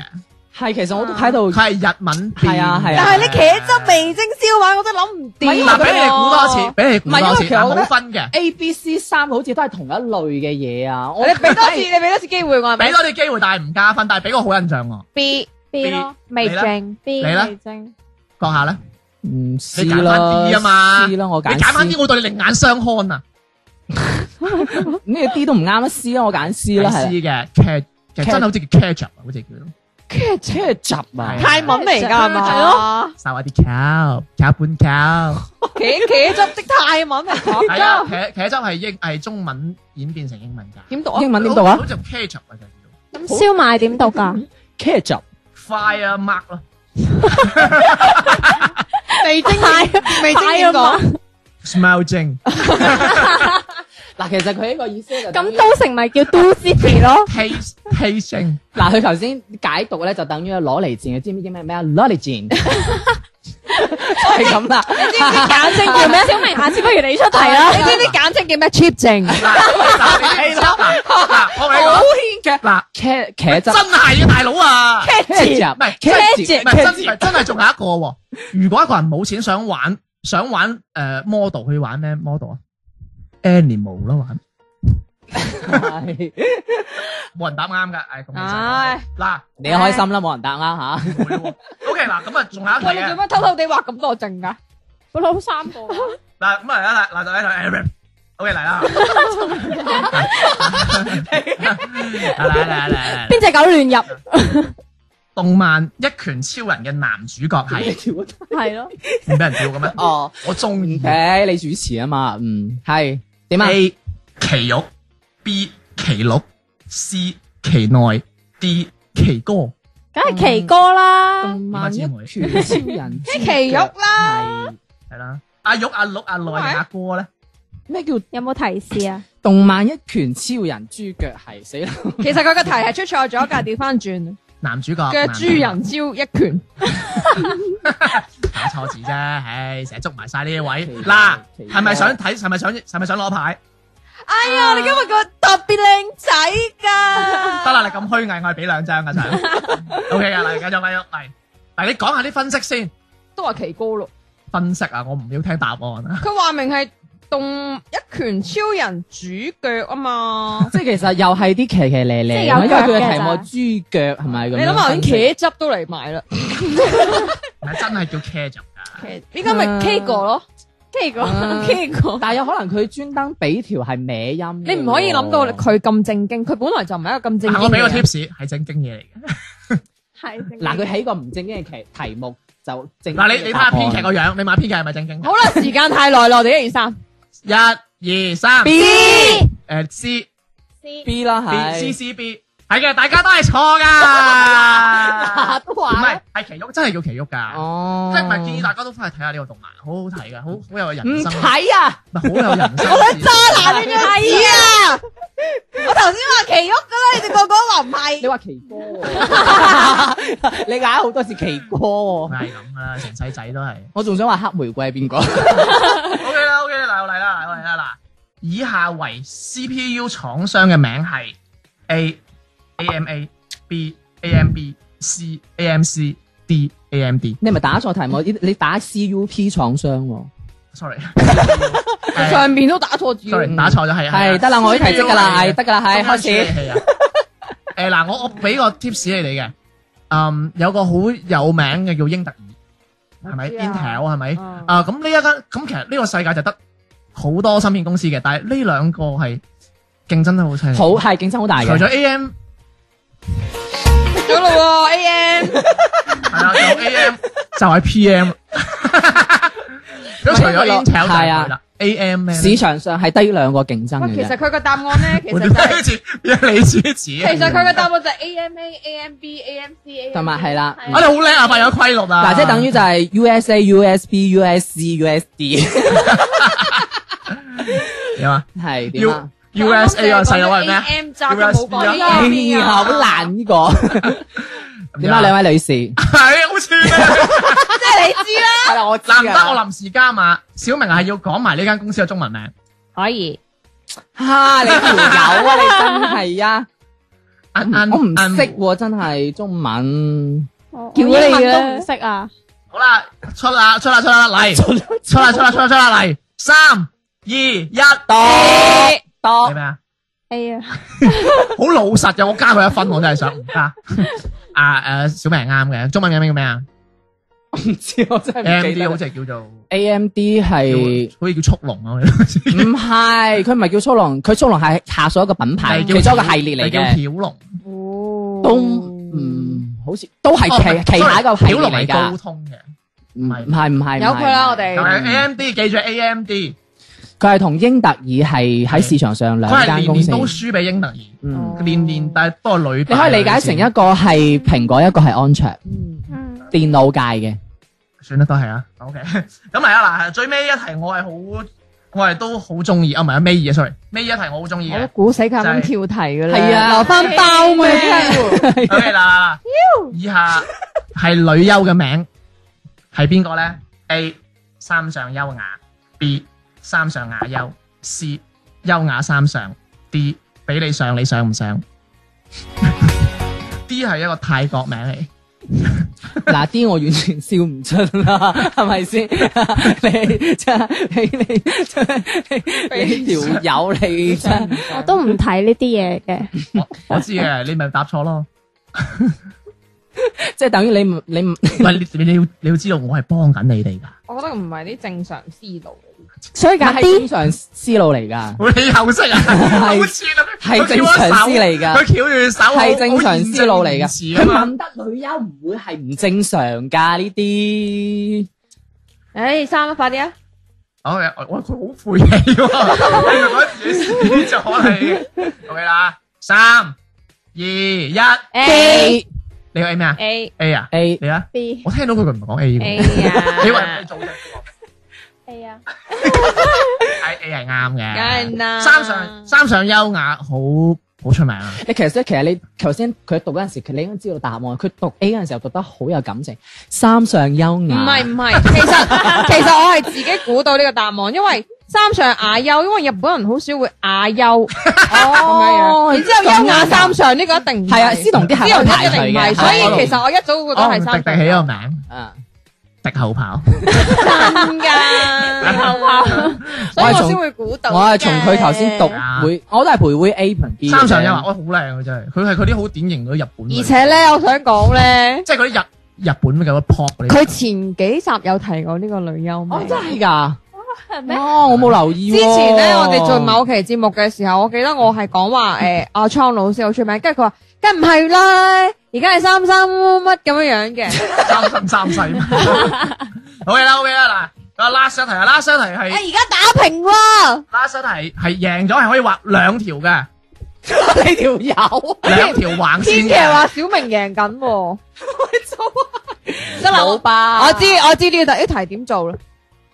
Speaker 3: 係其實我都喺度，
Speaker 2: 佢係日文變
Speaker 3: 係啊係啊
Speaker 1: 但係你茄汁味精燒賣，我都諗唔掂喎。
Speaker 2: 嗱，俾你哋估多次，俾你哋估多
Speaker 3: 唔係因
Speaker 2: 次，
Speaker 3: 為其實我覺
Speaker 2: 冇
Speaker 3: 得
Speaker 2: 分嘅，
Speaker 3: A、B、C 三個好似都係同一類嘅嘢啊！我
Speaker 1: 你俾多次，你俾多次機會我係咪
Speaker 2: 俾多啲機會，但係唔加分，但係俾個好印象我，
Speaker 1: B
Speaker 4: B 咯
Speaker 2: B
Speaker 1: 味
Speaker 2: 啦
Speaker 1: 精，
Speaker 4: ，B
Speaker 2: 你啦
Speaker 4: 味精
Speaker 2: 講下咧。
Speaker 3: 唔知
Speaker 2: 你揀翻
Speaker 3: 啦
Speaker 2: D 啊嘛
Speaker 3: ，C 啦，我
Speaker 2: 你
Speaker 3: 揀
Speaker 2: 揀翻
Speaker 3: C，
Speaker 2: 啲，我對你另眼相看啊！
Speaker 3: 呢個 D 都唔啱啦，C 啊啦，我揀 C 啦，係
Speaker 2: 知嘅 cat，其實真係好似叫 catch 啊，好似叫
Speaker 3: 跟住車集啊
Speaker 2: 係，
Speaker 1: 泰文嚟㗎係嘛？
Speaker 4: 係
Speaker 1: 咯，
Speaker 2: 稍下啲 cow，cow 半 cow。
Speaker 1: 茄茄汁的泰文 哦係咁
Speaker 2: 係啊，
Speaker 1: 㗎。
Speaker 2: 茄茄汁係英係中文演變成英文㗎。
Speaker 1: 點讀啊？
Speaker 3: 英文點讀啊
Speaker 2: 好似 catch 啊，就叫
Speaker 4: 咁燒賣點讀㗎？
Speaker 3: 茄集，
Speaker 2: fire mark 咯
Speaker 1: 味精味精點
Speaker 4: 泰
Speaker 1: 講？
Speaker 2: ，smell 精
Speaker 3: 嗱，其實佢呢個意思就等於
Speaker 4: 咁都城咪叫 Do City 咯？
Speaker 2: ，taste taste 精
Speaker 3: 嗱，佢頭先解讀咧就等於攞嚟戰，你知唔知咩咩啊？攞嚟 戰，係咁啦。
Speaker 1: 簡稱叫咩
Speaker 4: 叫咩？？小明，下次不如你出題
Speaker 1: 啊
Speaker 4: 啦。
Speaker 1: 你知唔知簡稱叫咩？cheap 症。
Speaker 2: 嗱，嗱嗱嗱我同
Speaker 3: 牽嘅
Speaker 2: 你講嗱，
Speaker 3: 茄茄汁
Speaker 2: 真係啊，大佬啊！
Speaker 3: 茄汁，唔
Speaker 2: 唔係
Speaker 3: 茄汁，
Speaker 2: 唔係真
Speaker 3: 茄
Speaker 2: 係真係仲有一個喎。如果一個人冇錢想玩想玩誒 model，去玩咩 model 啊？animal 啦玩，
Speaker 3: 汁，
Speaker 2: 冇人答啱㗎。誒，咁
Speaker 1: 唉
Speaker 2: 其實嗱，
Speaker 3: 你開心啦，冇人答啦嚇。
Speaker 2: 唔會喎 OK 嗱，咁啊仲有一
Speaker 1: 喂，
Speaker 2: 題
Speaker 1: 你做
Speaker 2: 嘅
Speaker 1: 咩偷偷地畫咁多陣㗎？
Speaker 4: 我攞三個，
Speaker 2: 嗱，咁啊嚟啦嗱，嗱就喺度 OK 嚟啦，嚟嚟嚟嚟嚟，
Speaker 4: 邊只狗亂入？
Speaker 2: 動漫《一拳超人》嘅男主角係
Speaker 3: 跳
Speaker 4: 係咯，
Speaker 2: 唔俾人叫嘅咩？
Speaker 3: 哦，
Speaker 2: 我中意
Speaker 3: 誒，你主持啊嘛，嗯，係點啊？
Speaker 2: A 奇玉，B 奇鹿，C 奇內，D 奇哥。
Speaker 4: 梗係奇哥啦。
Speaker 3: 萬一拳超人，即
Speaker 1: 即奇玉啦，
Speaker 2: 系啦，阿玉、阿鹿、阿內定阿哥咧，
Speaker 3: 咩叫
Speaker 4: 有冇提示啊？
Speaker 3: 動漫一拳超人豬腳係 死啦？
Speaker 1: 其實佢個題係出錯咗㗎，調翻轉
Speaker 2: 男主角
Speaker 1: 嘅
Speaker 2: 男主角
Speaker 1: 豬人招一拳。
Speaker 2: 打錯字啫，唉，成日捉埋晒呢啲位。
Speaker 3: 奇怪
Speaker 2: 嗱，
Speaker 3: 奇怪。
Speaker 2: 係咪想睇？係咪想？係咪想攞牌？
Speaker 1: 哎呀，你今日個特別靚仔 㗎。
Speaker 2: 得啦，你咁虛偽，我係俾兩張噶咋。O K 啊，嚟繼續繼續嚟。嗱，你講下啲分析先。
Speaker 1: 都話奇哥咯，
Speaker 2: 分析啊，我唔要聽答案啊。
Speaker 1: 佢話明係動一拳超人主腳啊嘛
Speaker 3: 即係其實又係啲騎騎咧咧，
Speaker 4: 即係
Speaker 3: 因
Speaker 4: 有
Speaker 3: 為佢嘅
Speaker 4: 腳嘅
Speaker 3: 題目
Speaker 4: 咋
Speaker 3: 豬腳係咪咁
Speaker 1: 你
Speaker 3: 樣？
Speaker 1: 諗下，我已經茄汁都嚟埋啦，
Speaker 2: 唔係真係叫 care 咗㗎。
Speaker 1: 依家咪 K 哥咯
Speaker 4: ，K 哥
Speaker 3: 啊
Speaker 1: ，K 哥。
Speaker 3: 但係有可能佢專登俾條係歪音。
Speaker 1: 你唔可以諗到佢咁正經，佢本來就唔係一個咁正經嘅人。
Speaker 2: 但我俾個 tips 係正經嘢嚟嘅。
Speaker 4: 系
Speaker 3: 嗱，佢起個唔正經嘅題題目就正。
Speaker 2: 嗱，你你睇下編劇個樣，你問編劇係咪正經？
Speaker 1: 好啦，時間太耐啦，我哋一二三
Speaker 2: 一、二、三，
Speaker 3: B
Speaker 2: 誒 C
Speaker 3: B 啦，
Speaker 2: B
Speaker 3: 係
Speaker 2: C C B，係嘅，大家都係錯㗎。
Speaker 3: 都
Speaker 2: 唔係
Speaker 3: 話
Speaker 2: 係奇玉，真係叫奇玉㗎。
Speaker 3: 哦
Speaker 2: 啊即係唔係建議大家都翻去睇下呢個動漫，好好睇㗎，好好有人
Speaker 1: Ừ,
Speaker 3: 唔
Speaker 2: 生，
Speaker 3: 睇
Speaker 1: à.
Speaker 3: 啊！
Speaker 2: 唔係好有人生。我想
Speaker 1: 渣男你哋係啊！我頭先話奇屋噶啦，你哋個個話唔
Speaker 3: 你
Speaker 1: 係。
Speaker 3: 話奇哥喎， 你嗌好多次奇哥喎。
Speaker 2: 係咁㗎啦，成世仔都係。
Speaker 3: 我仲想話黑玫瑰係邊個？
Speaker 2: O K 啦，O K 啦，嗱，我嚟啦，我嚟啦，嗱，以下為 C P U 廠商嘅名係 A A M A B A M B C A M C D A M D。
Speaker 3: 你係咪打錯題目？你你打 CUP 廠商喎，
Speaker 2: Sorry，
Speaker 1: 上面都打錯字，
Speaker 2: sorry，打錯咗係
Speaker 3: 係得啦，我啲題積噶啦，係得噶啦，係開始。
Speaker 2: 係啊。誒嗱，我我俾個 tips 你哋嘅，嗯，有個好有名嘅叫英特爾，係咪？Intel 係咪？啊，咁呢一間咁其實呢個世界就得好多芯片公司嘅，但係呢兩個係競爭得好犀利。
Speaker 3: 好係競爭好大
Speaker 2: 除咗
Speaker 3: 嘅，
Speaker 2: AM
Speaker 1: 咗咯喎，A M
Speaker 2: 係啦，有 AM 就係 PM。咁除咗 Intel 就係佢啦，AM 咩呢？
Speaker 3: 市場上係低兩個競爭
Speaker 1: 喂，
Speaker 3: 嘅
Speaker 1: 其實
Speaker 3: 啫。
Speaker 1: 佢個答案咧，其
Speaker 2: 我
Speaker 1: 實
Speaker 2: 點
Speaker 1: 就
Speaker 2: 解
Speaker 1: 係
Speaker 2: 好似變咗你主持？其
Speaker 1: 其實佢嘅答案就係 A M A A M B A M C A，
Speaker 3: 同埋係啦
Speaker 2: 我哋好叻啊，發現咗規律啊！
Speaker 3: 嗱，即係等於就係 USA、USB、USC、USD
Speaker 2: 點啊
Speaker 3: 係點啊
Speaker 2: Dạ. ？U？USA
Speaker 1: Dạ.
Speaker 2: 個細佬係咩啊
Speaker 1: A M 就冇講呢
Speaker 3: 哎
Speaker 1: 個邊
Speaker 3: 呀，好
Speaker 1: 啊，
Speaker 3: 難呢 個。點
Speaker 2: Dạ.
Speaker 3: 啊，兩位女士？係
Speaker 2: 係好似呢
Speaker 1: 即係你知啦，
Speaker 3: 啦，我
Speaker 2: 嗱唔得， 我臨時加碼。小明係要講埋呢間公司嘅中文名
Speaker 1: 可以
Speaker 3: 嚇你條友啊！你真係啊！
Speaker 2: 嗯。
Speaker 3: 我唔識
Speaker 2: 嗯
Speaker 3: 喎，真係中文。
Speaker 4: 叫
Speaker 1: 我英文
Speaker 4: 你
Speaker 1: 都
Speaker 4: 都
Speaker 1: 唔
Speaker 4: 唔識啊！
Speaker 2: 好啦，出啦，出啦，出啦，嚟，出啦，出啦，出啦，出啦，嚟，三、二、一，
Speaker 3: 多
Speaker 2: 係
Speaker 3: 多
Speaker 2: 咩啊？
Speaker 4: 哎呀，
Speaker 2: 好老實嘅，我加佢一分，我真係想唔加。啊誒，小明係啱嘅，中文名叫咩啊
Speaker 3: 唔知 我真係唔記
Speaker 2: ？AMD
Speaker 3: 得
Speaker 2: 好
Speaker 3: 啦。
Speaker 2: 似係叫做，
Speaker 3: A M D 係
Speaker 2: 叫好似叫速龍啊，我哋
Speaker 3: 唔係佢唔係叫速龍？佢速龍係下屬一個品牌，
Speaker 2: 係
Speaker 3: 其
Speaker 2: 叫
Speaker 3: 中一個系列嚟
Speaker 2: 係叫
Speaker 3: 嘅，
Speaker 2: 曉龍。
Speaker 3: 都唔嗯好似都係
Speaker 2: Ờ,
Speaker 3: 旗旗下一個系
Speaker 2: 曉
Speaker 3: 列
Speaker 2: 哦龍
Speaker 3: 嚟
Speaker 2: 係
Speaker 3: 㗎
Speaker 2: 高。通嘅，
Speaker 3: 唔係唔係唔係，
Speaker 1: 有佢啦，我
Speaker 2: 就
Speaker 3: 嗯
Speaker 2: 係
Speaker 1: 哋
Speaker 2: AMD，記住 AMD，佢
Speaker 3: 佢係同英特爾係喺市場上兩
Speaker 2: 係
Speaker 3: 間
Speaker 2: 年
Speaker 3: 公
Speaker 2: 年
Speaker 3: 司。
Speaker 2: 都輸俾英特爾。
Speaker 3: 嗯。
Speaker 2: 年年但係都係女
Speaker 3: 你
Speaker 2: 版
Speaker 3: 可
Speaker 2: 嘅。
Speaker 3: 以理解成一個係蘋果，一個係安卓，
Speaker 4: 嗯，
Speaker 3: 電腦界嘅。
Speaker 2: 算啦，都係啊。OK，咁 嚟啊嗱，最尾一題我係好，我係都好中意啊，唔係啊，尾二啊，sorry，尾二一題我好中意
Speaker 1: 我都
Speaker 2: 嘅。
Speaker 1: 估死佢咁跳題噶啦，
Speaker 3: 係啊
Speaker 1: 留翻包咩？
Speaker 2: OK 啦，以下係女優嘅名係邊個咧？A 三上優雅，B 三上雅優，C 優雅三上，D 俾你上你上唔上 ？D 係一個泰國名嚟。
Speaker 3: 嗱啲我完全笑唔出啦， 係咪先？你真係你你你條友 你
Speaker 1: à.
Speaker 3: 真
Speaker 4: 我都唔睇呢啲嘢嘅。
Speaker 2: 我我知嘅，你咪答錯 咯。
Speaker 3: 即係等於你唔你 唔
Speaker 2: 喂，你你你要你要知道，我係幫緊你哋㗎。
Speaker 1: 我覺得唔係啲正常思路嚟
Speaker 4: 所以揀
Speaker 3: 係正
Speaker 4: D，
Speaker 3: 常思路嚟㗎，
Speaker 2: 好你後識啊，好串啊，
Speaker 3: 係
Speaker 2: 佢翹咗
Speaker 3: 正常
Speaker 2: 手
Speaker 3: 思嚟㗎
Speaker 2: 佢翹住手，
Speaker 3: 係正常思路嚟㗎。
Speaker 2: 㗎。
Speaker 3: 佢問得女優唔會係唔正常㗎呢啲，
Speaker 1: 嘅。誒，三啊，快啲啊！
Speaker 2: 好嘅，我我佢好晦氣喎，你咪覺得自己死咗啊你。OK 啦，三二一，你個
Speaker 1: A
Speaker 2: A 咩啊
Speaker 1: A
Speaker 2: ？A 啊
Speaker 3: A
Speaker 2: 你啊？
Speaker 4: B
Speaker 2: 我聽到佢佢唔係講 A 嘅
Speaker 1: A
Speaker 2: 喎，你話
Speaker 1: 啊
Speaker 2: 人哋，做嘅
Speaker 4: 哎呀，
Speaker 2: 係 A 係啱
Speaker 1: 梗
Speaker 2: 嘅。
Speaker 1: 係啦，
Speaker 2: 三上三上優雅好好出名啊！
Speaker 3: 你其實即係其實你頭先佢讀嗰陣時，佢你應該知道答案。佢讀 A 嗰陣時候讀得好有感情，三上優
Speaker 1: 唔
Speaker 3: 雅。
Speaker 1: 係唔係，其實 其實我係自己估到呢個答案，因為三上雅優，因為日本人好少會雅 優
Speaker 3: 哦
Speaker 1: 咁樣樣，然之後優雅三上呢個一定唔
Speaker 3: 啊係啊，思同啲係
Speaker 1: 思
Speaker 3: 可以
Speaker 1: 同
Speaker 3: 排
Speaker 1: 一
Speaker 3: 除
Speaker 1: 定唔
Speaker 3: 嘅
Speaker 1: 係，，所以其實我一早覺得
Speaker 2: 哦，
Speaker 1: 係
Speaker 2: 迪
Speaker 1: 三
Speaker 2: 迪
Speaker 1: 上
Speaker 2: 起個名，
Speaker 3: 啊
Speaker 2: 敵後炮。
Speaker 1: 真 噶，所以我先會估到。
Speaker 3: 我係從佢頭先讀
Speaker 2: 啊
Speaker 3: 會，我都係陪會 A 同 B 嘅啫。
Speaker 2: 三上優啊，喂，好靚佢真係，佢係佢啲好典型嗰啲日本女，
Speaker 1: 而且咧，我想講咧，
Speaker 2: 即係嗰啲日日本嘅 pop 嗰啲。
Speaker 1: 佢前幾集有提過呢個女優
Speaker 3: 哦
Speaker 1: 名。
Speaker 3: 真係㗎，
Speaker 4: 係咩？
Speaker 3: 哦我冇留意喎。
Speaker 1: 之前咧，我哋 做某期節目嘅時候，我記得我係講話誒阿倉老師好出名，跟住佢話梗唔係啦，而家係三三乜咁樣 樣嘅。
Speaker 2: 三生三世。好嘢啦，好嘢啦，嗱，個 last 一題啊，last 一題係
Speaker 1: 而家打平喎，
Speaker 2: last 一題係贏咗係可以畫兩條嘅，
Speaker 3: 你條友
Speaker 2: 兩條橫
Speaker 1: 編
Speaker 2: 線
Speaker 1: 劇話
Speaker 2: 嘅。
Speaker 1: 小明贏 緊喎。
Speaker 3: 真係好吧？
Speaker 1: 我知我知呢個呢題點做啦，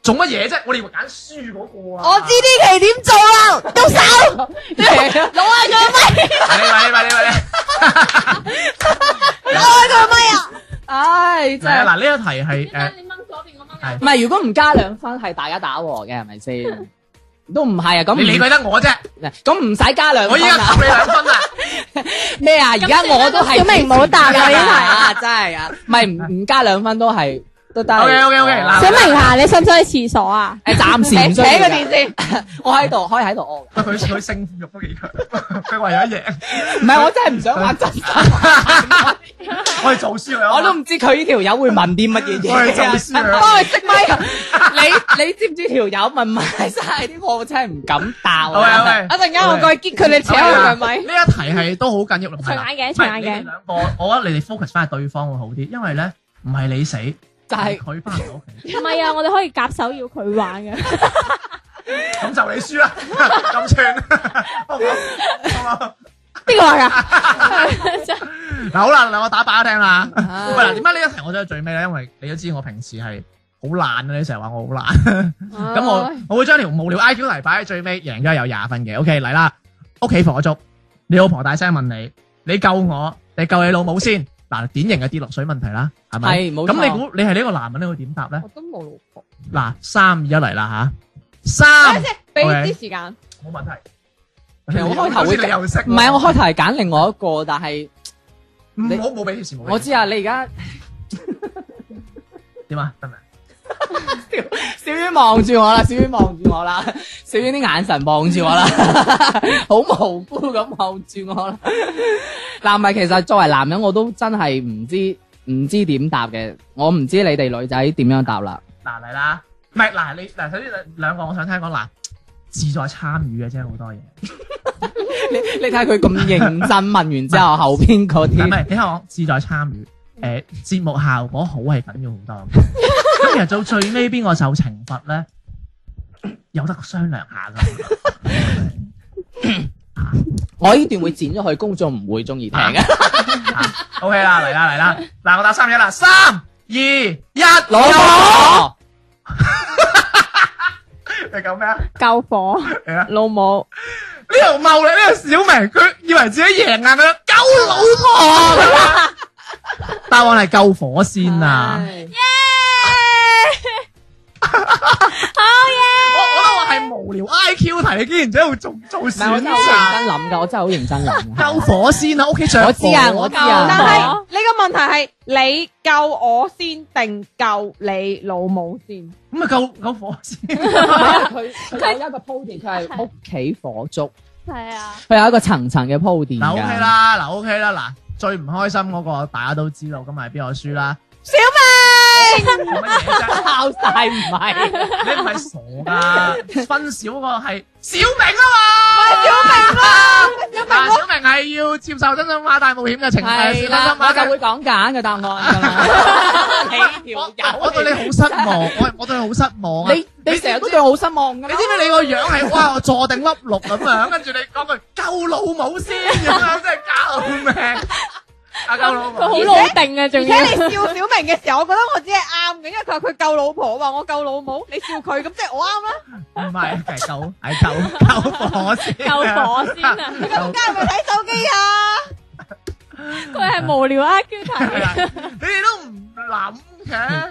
Speaker 2: 做乜嘢啫？我哋揀輸嗰個啊！
Speaker 1: 我知呢題點做啦，到手
Speaker 3: 係啊
Speaker 1: 攞下佢咪，
Speaker 2: 你咪你咪你咪
Speaker 1: 攞下佢咪啊！
Speaker 3: 唉，
Speaker 2: 你，
Speaker 3: 真
Speaker 2: 嗱
Speaker 3: 係
Speaker 2: 呢一題係誒
Speaker 4: 你掹左邊，我掹
Speaker 2: 係
Speaker 3: 唔係？如果唔加兩分係大家打和嘅，係咪先？都唔係啊，咁唔
Speaker 2: 你理佢得我啫，
Speaker 3: 咁唔使加兩
Speaker 2: 我依
Speaker 3: 分
Speaker 2: 家
Speaker 3: 啊
Speaker 2: 投你兩分啊！
Speaker 3: 咩啊？而家我都係
Speaker 4: 小明冇答啊呢題
Speaker 3: 啊，真係啊，唔係唔唔加兩分都係都得。
Speaker 2: OK，OK，OK，嗱
Speaker 4: 小明啊，你使唔使去廁所啊？
Speaker 3: 誒暫時唔
Speaker 1: 扯
Speaker 3: 需要
Speaker 1: 個電
Speaker 3: 㗎，
Speaker 1: 先，
Speaker 3: 我喺度，可以喺度 屙㗎。
Speaker 2: 佢佢勝負欲都幾強，佢為咗贏，
Speaker 3: 唔係，我真係唔想玩真心，
Speaker 2: 我哋做輸兩分，
Speaker 3: 我都唔知佢呢條友會問啲乜嘢嘢。
Speaker 2: 我哋做 輸兩分
Speaker 3: 幫佢熄咪。你你知唔知條友問埋晒啲我真係唔敢答
Speaker 2: 喂喂
Speaker 3: 啊！
Speaker 2: 喂
Speaker 1: 一陣間我過去揭佢，你扯下佢咪。
Speaker 2: 呢一題係都好緊要，係啦
Speaker 4: 除
Speaker 2: 唔係
Speaker 4: 眼鏡除眼鏡
Speaker 2: 你哋兩個，我覺得你哋 focus 翻係對方會好啲，因為咧唔係你死，
Speaker 3: 就係
Speaker 2: 係佢翻唔到屋企，
Speaker 4: 唔係啊，我哋可以夾手要佢玩嘅。
Speaker 2: 咁就你輸啦， 咁串， 好唔好？好唔好
Speaker 1: 邊個話噶？
Speaker 2: 嗱好啦，嗱我打靶聽啦。喂嗱，點解呢一題我真係最尾咧？因為你都知我平時係好懶啊，你成日話我好懶，咁我我會將條無聊 I Q 題擺喺最尾，贏咗有廿分嘅。OK 嚟啦，屋企火燭，你老婆大聲問你，你救我定救你老母先？嗱，典型嘅跌落水問題啦，係咪？
Speaker 3: 係冇錯
Speaker 2: 咁你估你係呢個男人，你會點答咧
Speaker 1: 我？都冇老婆，
Speaker 2: 嗱，三二一嚟啦吓，三
Speaker 1: 俾
Speaker 2: OK
Speaker 1: 啲時間。
Speaker 2: 冇問題。
Speaker 3: 其實我開頭會
Speaker 2: 你又識喎，
Speaker 3: 唔係，我開頭係揀另外一個，但係你
Speaker 2: 唔好冇俾提示，冇俾
Speaker 3: 我
Speaker 2: 提
Speaker 3: 知
Speaker 2: 示
Speaker 3: 啊，你而家
Speaker 2: 點啊？得未？
Speaker 3: 小婉望住我啦，小婉望住我啦，小婉啲眼神望住我啦， 好無辜咁望住我啦。嗱，唔係，其實作為男人，我都真係唔知唔知點答嘅，我唔知你哋女仔點樣答啦。
Speaker 2: 嗱嚟啦，唔係嗱你嗱首先兩兩個，我想聽講嗱，志在參與嘅啫，好多嘢。
Speaker 3: 你你睇下佢咁 認真問完之後，後邊嗰
Speaker 2: 唔係唔
Speaker 3: 啲
Speaker 2: 係，你聽我講志在參與，誒節目效果好係緊要好多。 咁其實到最尾邊個受懲罰咧，有得商量下 㗎。
Speaker 3: 我呢段會剪咗去，公眾唔會中意聽嘅。
Speaker 2: O K 啦，嚟啦嚟啦，嗱我打三一啦，三二一，
Speaker 3: 老婆，
Speaker 2: 你講咩啊？啊
Speaker 4: 救火，
Speaker 2: 嚟啦！
Speaker 1: 老母，
Speaker 2: 呢條茂利，呢條小明，佢以為自己贏硬嘅，救老婆咁樣。答案係救火先啊！我我覺得我係無聊 I Q 題，你竟然喺度做做
Speaker 3: 唔係我
Speaker 2: 選
Speaker 3: 真係好認
Speaker 2: 擇。
Speaker 3: 真諗㗎，我真係好認真 諗㗎。
Speaker 2: 救火先啦，屋企着火
Speaker 3: 我知啊我知
Speaker 2: Ờ.
Speaker 3: 啊
Speaker 1: 但
Speaker 4: 老
Speaker 1: 係你個問題係你救我先定救你老母 先？
Speaker 2: 咁咪救救火先。
Speaker 3: 佢佢有一個鋪墊，佢係屋企火燭，
Speaker 4: 係啊，
Speaker 3: 佢有一個層層嘅鋪墊
Speaker 2: 嗱 OK
Speaker 3: 㗎。
Speaker 2: 啦，嗱 OK 啦，嗱最唔開心嗰個大家都知道，咁咪邊個輸啦？
Speaker 1: 小明，
Speaker 2: 做乜嘢啫？
Speaker 3: 爆晒唔係，
Speaker 2: 你唔係傻噶，分小個係小明啊嘛，小明啦，小明係要接受真心話大冒險嘅情
Speaker 3: 係
Speaker 2: 誒真
Speaker 3: 啦
Speaker 2: 心，
Speaker 3: 我
Speaker 2: 話
Speaker 3: 就會
Speaker 2: 嘅。
Speaker 3: 講揀嘅答 案㗎啦。你
Speaker 2: 我
Speaker 3: 條
Speaker 2: 我對你好失望，我我對你好失望啊！
Speaker 3: 你你成日都對我好失望㗎
Speaker 2: 你
Speaker 3: 啦
Speaker 2: 知。唔知你個樣係哇我坐定粒六咁樣，跟住你講句救老母先咁樣，真係救命！啊救老母！
Speaker 4: 佢好老定啊，仲
Speaker 1: 而且
Speaker 4: 要
Speaker 1: 你笑小明嘅時候，我覺得我只係啱嘅，因為佢話佢救老婆，我話我救老母，你笑佢咁即係我啱啦。
Speaker 2: 唔係係救係救救火先，
Speaker 4: 救火先啊！
Speaker 1: 你咁家係咪睇手機啊？
Speaker 4: 佢係無聊啊，叫
Speaker 2: 係
Speaker 4: 題。
Speaker 2: 啊！你哋都唔諗嘅。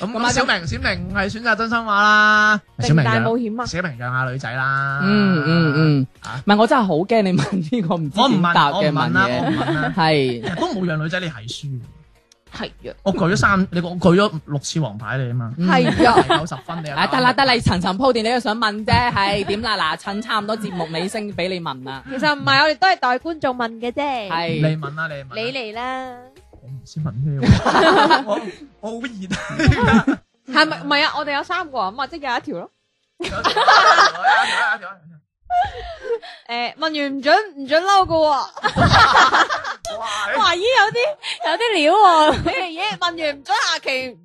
Speaker 2: 咁
Speaker 3: 咁啊
Speaker 2: 咁小明小明係選擇真心話啦，小明
Speaker 1: 大冒
Speaker 2: 讓
Speaker 1: 險啊！
Speaker 2: 小明讓下女仔啦。
Speaker 3: 嗯嗯嗯
Speaker 2: 啊，
Speaker 3: 唔係我真係好驚你問呢個唔
Speaker 2: 我
Speaker 3: 知
Speaker 2: 唔
Speaker 3: 點
Speaker 2: 問
Speaker 3: 答
Speaker 2: 我唔
Speaker 3: 嘅
Speaker 2: 問
Speaker 3: 問
Speaker 2: 啦，我唔
Speaker 3: 嘢，
Speaker 2: 問啦，
Speaker 3: 係
Speaker 2: 都冇讓女仔你係輸。
Speaker 1: 係呀，
Speaker 2: 我舉咗三，你我舉咗六次黃牌你啊嘛，
Speaker 1: 係呀，
Speaker 2: 九十分你又
Speaker 3: 啊，得啦得啦，層層鋪墊，你都想問啫，係點啦？嗱，趁差唔多節目尾聲，俾你問啦，
Speaker 1: 其實唔係，我哋都係代觀眾問嘅啫。
Speaker 2: 你
Speaker 3: 係
Speaker 2: 問啦你問啦，
Speaker 1: 你嚟啦，
Speaker 2: 我唔知問咩喎，我我好熱啊！
Speaker 1: 係咪？唔係啊，我哋有三個人嘛，即係有一條咯。诶，問完唔准唔准嬲噶喎，
Speaker 4: 哇！咦，有啲有啲料喎、
Speaker 1: 咦咦，問完唔准下期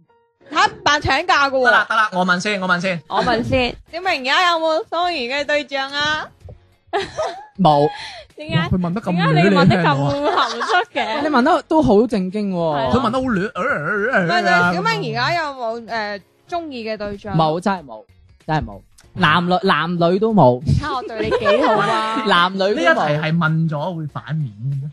Speaker 1: 吓扮請假噶
Speaker 2: 得啦
Speaker 1: 喎。
Speaker 2: 得啦，我問先，我問先。
Speaker 1: 我問先，小明而家有冇心儀嘅對象啊？
Speaker 3: 冇。
Speaker 4: 點
Speaker 2: 哇
Speaker 4: 解
Speaker 2: 佢問得咁
Speaker 4: 點解
Speaker 2: 亂，
Speaker 4: 你問得
Speaker 2: 聽
Speaker 4: 咁
Speaker 2: 到啊
Speaker 4: 含蓄
Speaker 3: 你
Speaker 4: 嘅？
Speaker 3: 問得都好正經喎，
Speaker 2: 佢問得好亂呃呃呃
Speaker 1: 唔
Speaker 2: 呃
Speaker 1: 係，
Speaker 2: 啊，
Speaker 1: 小明而家有冇诶中意嘅對象？，
Speaker 3: 冇真係冇，真係冇，男女男女都冇，
Speaker 1: 你睇我對你幾 好啊！
Speaker 3: 男女都
Speaker 2: 呢一題
Speaker 3: 冇，
Speaker 2: 係問咗會反面嘅咩？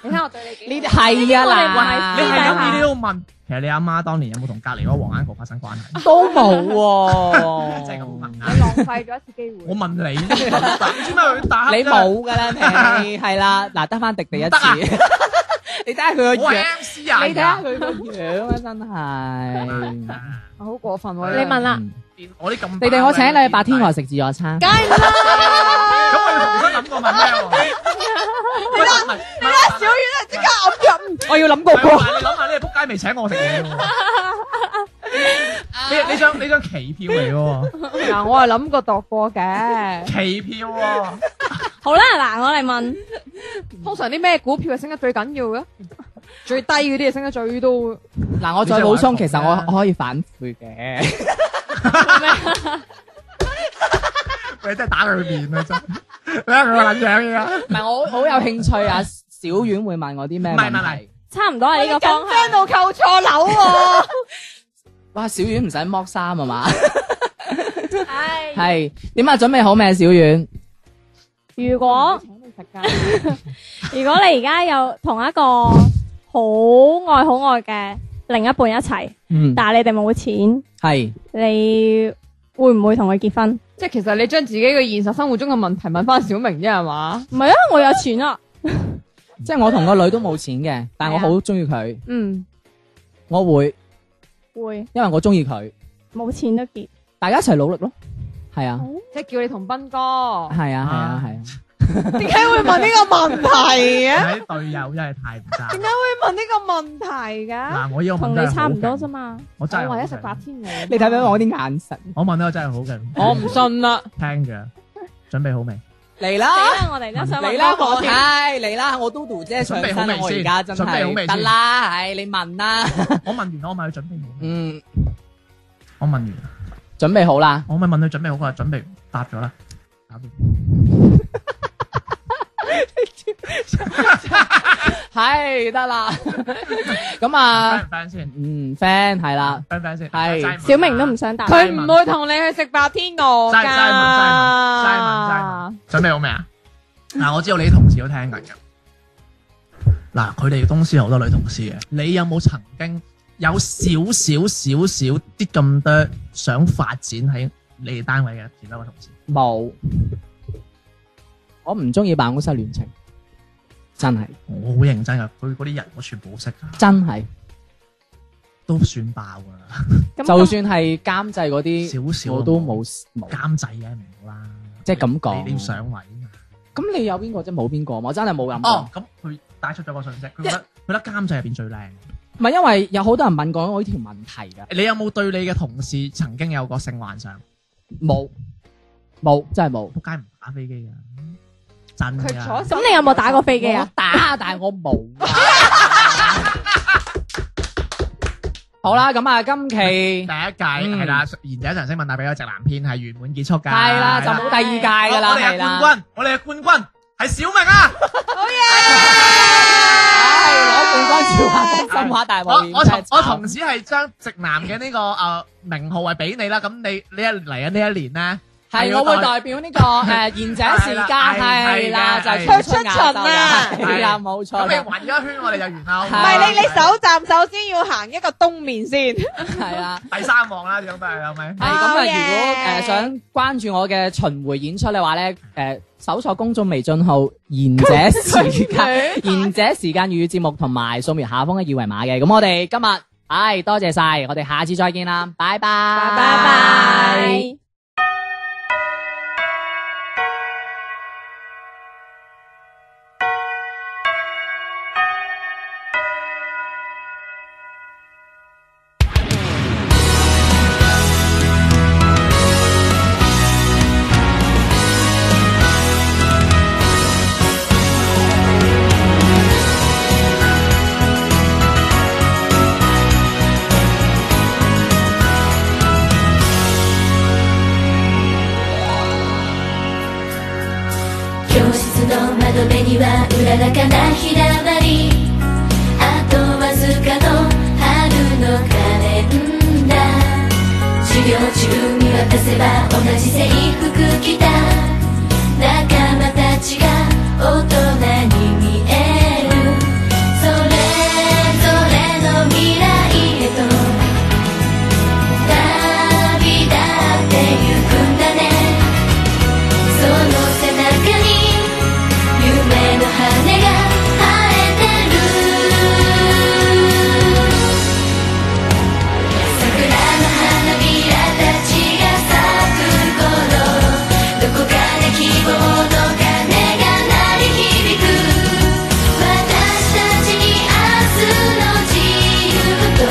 Speaker 1: 你睇我對你幾
Speaker 3: 呢啲係啊
Speaker 2: 你
Speaker 4: 私底
Speaker 2: 係
Speaker 4: 下
Speaker 3: 嗱，
Speaker 2: 咁呢啲都問，其實你阿媽當年有冇同隔離嗰個黃眼婆發生關係？
Speaker 3: 都冇喎，
Speaker 2: 即係咁問啊！
Speaker 1: 你浪費咗一次機會。
Speaker 2: 我問你， 你知咩佢打？
Speaker 3: 你冇 噶啦，你係啦，嗱得翻迪迪一
Speaker 2: 得啊
Speaker 3: 次， 你睇下佢個
Speaker 2: 我係
Speaker 3: 樣，
Speaker 2: MC 啊！
Speaker 3: 你睇下佢個樣啊，真係。
Speaker 1: 好過分
Speaker 2: 喎
Speaker 1: 喎！
Speaker 4: 你問啦，
Speaker 2: 我啲咁，
Speaker 3: 你哋我請你去白天鵝食自助餐
Speaker 1: 梗，係啦，
Speaker 2: 咁我要重新諗過問咩喎？你啦，你啦，小雨
Speaker 1: 即刻揞住，我要諗過
Speaker 2: 你諗下，你哋仆街未請我食嘢 喎？你你張你張期票嚟喎，
Speaker 1: 嗱，我係諗過度過嘅。
Speaker 2: 期票喎，
Speaker 4: 好啦，嗱，我嚟問，
Speaker 1: 通常啲咩股票係升得最緊要嘅？最低嗰啲係升得最多。
Speaker 3: 嗱我再補充，其實我可以反悔嘅，
Speaker 2: 你真係 打佢面啊！真，你睇佢個撚樣而
Speaker 3: 唔係 我好有興趣啊，小婉會問我啲咩
Speaker 2: 唔係唔係唔
Speaker 3: 問
Speaker 2: 係
Speaker 3: 題？
Speaker 4: 差唔多係呢個方向。
Speaker 1: 到扣錯樓 喎！
Speaker 3: 哇，小婉唔使剝衫啊嘛？
Speaker 4: 唉，
Speaker 3: 係點啊？準備好未啊，小婉？
Speaker 4: 如果
Speaker 1: 請你食
Speaker 4: 如果你而家有同一個好愛好愛嘅另一半一齊，
Speaker 3: 嗯，
Speaker 4: 但係你哋冇錢，
Speaker 3: 係
Speaker 4: 你會唔會同佢結婚？
Speaker 1: 即係其實你將自己嘅現實生活中嘅問題問翻小明啫，係嘛？
Speaker 4: 唔係啊，我有錢啊。
Speaker 3: 即係我同個女都冇錢嘅，但
Speaker 2: 啊
Speaker 3: 我好中意佢，
Speaker 4: 嗯，
Speaker 3: 我會
Speaker 4: 會
Speaker 3: 因為我中意佢，
Speaker 4: 冇錢都結。
Speaker 3: 大家一齊努力咯。係啊，
Speaker 1: 即係叫你同斌哥。
Speaker 2: 哦
Speaker 3: 係啊，係啊，係啊。
Speaker 1: 點解會問呢個問題嘅？
Speaker 2: 家，睇隊友真係太唔
Speaker 1: 點
Speaker 2: 爭
Speaker 1: 解。會問呢個問題㗎？
Speaker 2: 嗱，我呢個
Speaker 4: 同
Speaker 2: 問
Speaker 4: 你
Speaker 2: 真係好
Speaker 4: 差唔多
Speaker 2: 勁
Speaker 4: 啫嘛。
Speaker 2: 我真係
Speaker 1: 我
Speaker 2: 好
Speaker 1: 話一食白
Speaker 2: 勁
Speaker 1: 天鵝。
Speaker 3: 你睇唔睇我啲眼神？
Speaker 2: 我問得我真係好勁，
Speaker 1: 我唔信啦。
Speaker 2: 聽住，準備好未？
Speaker 3: 嚟
Speaker 4: 死
Speaker 3: 啦！
Speaker 4: 啦！我哋都想
Speaker 3: 嚟
Speaker 4: 問
Speaker 3: 啊啦，
Speaker 4: 多
Speaker 3: 我
Speaker 4: 個添。
Speaker 3: 係嚟啦，我都杜姐上身
Speaker 2: 準備
Speaker 3: 啦，
Speaker 2: 好
Speaker 3: 我
Speaker 2: 未先
Speaker 3: 而家真
Speaker 2: 準備好
Speaker 3: 係
Speaker 2: 未先
Speaker 3: 得啦，唉，你問啦，
Speaker 2: 我問完，我問佢準備好。
Speaker 3: 嗯，
Speaker 2: 我問完，
Speaker 3: 準備好啦，
Speaker 2: 我咪問佢準備好，佢話準備答咗啦。搞掂
Speaker 3: 係得啦， 咁啊
Speaker 2: friend，唔 friend 先
Speaker 3: 嗯，friend 係啦，
Speaker 2: ，friend 唔 friend 先。
Speaker 3: 係
Speaker 2: 齋問
Speaker 4: 小明都唔想答。
Speaker 1: 佢唔會同你去食白天鵝㗎。
Speaker 2: 齋齋問齋問齋問準備好未啊？嗱，我知道你啲同事都聽緊嘅。嗱，佢哋公司有好多女同事嘅，你有冇曾經有少少少少啲咁多想發展喺你哋單位嘅其他嘅同事？
Speaker 3: 冇，我唔中意辦公室戀情，真係
Speaker 2: 我好認真噶，佢嗰啲人我全部都識噶，
Speaker 3: 真係，
Speaker 2: 都算爆噶啦。
Speaker 4: 咁
Speaker 3: 就算係監製嗰啲，
Speaker 2: 少少
Speaker 3: 我都冇冇，
Speaker 2: 監製嘅唔好啦，
Speaker 3: 即係咁講
Speaker 2: 你你要上位啊嘛。
Speaker 3: 咁你有邊個啫？冇邊個，我真係冇諗過。
Speaker 2: 哦，咁佢帶出咗個信息，佢覺得佢覺得監製入邊最靚。
Speaker 3: 唔係因為有好多人問過我呢條問題㗎，
Speaker 2: 你有冇對你嘅同事曾經有過性幻想？
Speaker 3: 冇冇真係冇。
Speaker 2: 仆街唔打飛機噶，真
Speaker 1: 佢
Speaker 2: 㗎
Speaker 1: 左手
Speaker 4: 咁你有冇打過飛機
Speaker 3: 我
Speaker 4: 啊？
Speaker 3: 打，但係我冇啊。好啦，咁啊，今
Speaker 2: 第一
Speaker 3: 期
Speaker 2: 屆係啦，賢者常識問答比咗直男篇係圓滿結束㗎。
Speaker 3: 係啦，就
Speaker 2: 係
Speaker 3: 冇第二屆㗎
Speaker 2: 我
Speaker 3: 啦，
Speaker 2: 我哋
Speaker 3: 係
Speaker 2: 係
Speaker 3: 啦。
Speaker 2: 冠軍，我哋係冠軍，係小明啊！
Speaker 3: 唉攞冠軍笑話，真話大
Speaker 2: 我
Speaker 3: 冒險
Speaker 2: 我
Speaker 3: 真係
Speaker 2: 同
Speaker 3: 慘
Speaker 2: 我同事係將直男嘅呢個誒名號係俾你啦，咁你呢一嚟緊呢一年咧，
Speaker 3: 係
Speaker 2: 係
Speaker 3: 我會
Speaker 2: 嗰代
Speaker 3: 代表呢個诶賢者時間
Speaker 2: 係啦
Speaker 3: 係啦，就
Speaker 2: 係
Speaker 1: 啦
Speaker 3: 出巡啊，係啦，冇錯
Speaker 2: 咁你
Speaker 3: 啦，
Speaker 2: 圍咗一圈，我哋就完啦。好
Speaker 3: 係
Speaker 2: 嗎
Speaker 1: 唔係你你
Speaker 2: 係
Speaker 1: 首站首先要行一個東面先，
Speaker 3: 係啦。
Speaker 2: 第三望啦，咁都係係咪？
Speaker 3: 係咁啊！
Speaker 1: Oh
Speaker 3: 如果
Speaker 1: yeah
Speaker 3: 诶想關注我嘅巡迴演出嘅話咧，诶搜索公眾微信號賢者時間、賢者時間粵語節目同埋掃描下方嘅二維碼嘅。咁我哋今日唉多謝晒，我哋下次再見啦，拜拜，拜
Speaker 4: 拜拜。
Speaker 5: 教室の窓辺にはうららかなひだまりあとわずかの春のカレンダー授業中見渡せば同じ制服着た仲間たちが大人に見えるそれぞれの未来へと旅立ってゆくんだねその背中に夢の羽が生えてる桜の花びらたちが咲く頃どこかで希望の鐘が鳴り響く私たちに明日の自由と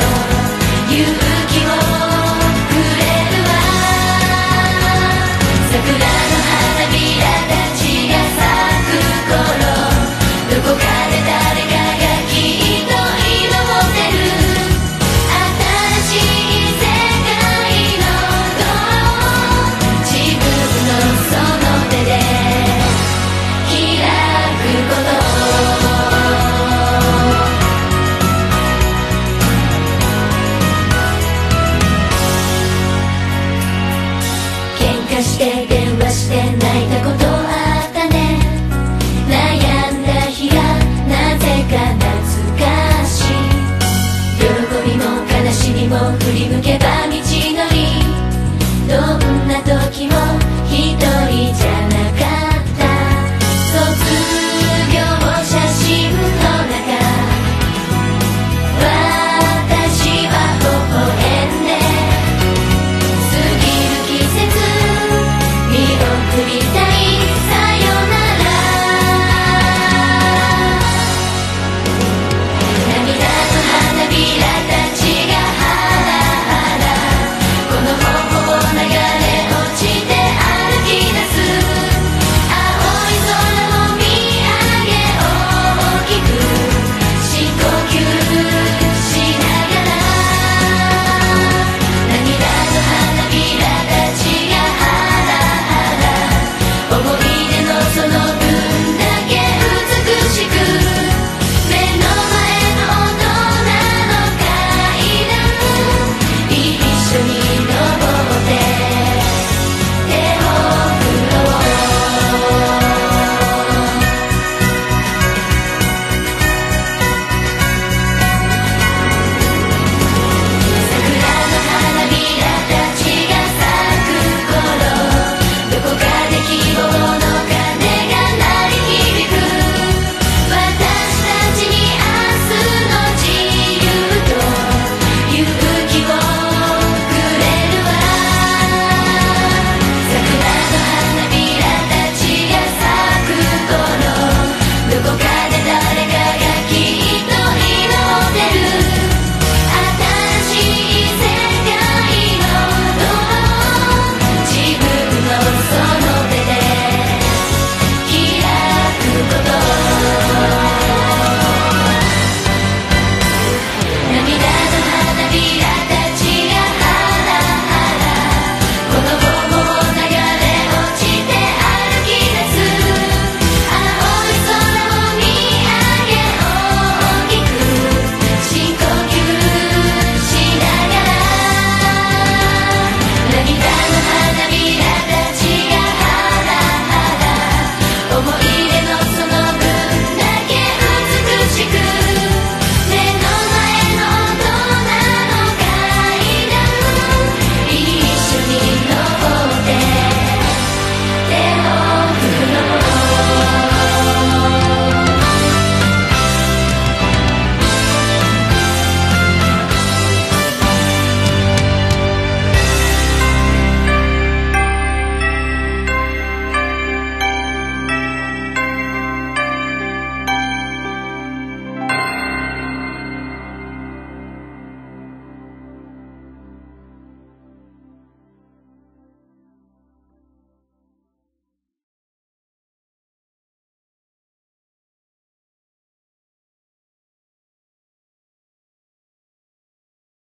Speaker 5: 勇気をくれるわ桜の花びらたちが咲く頃どこかで誰かがきっと今持ってる新しい世界のドアを自分のその手で開くこと喧嘩して電話して泣いたことあったね悩んだ日がなぜか懐かしい喜びも悲しみも振り向けば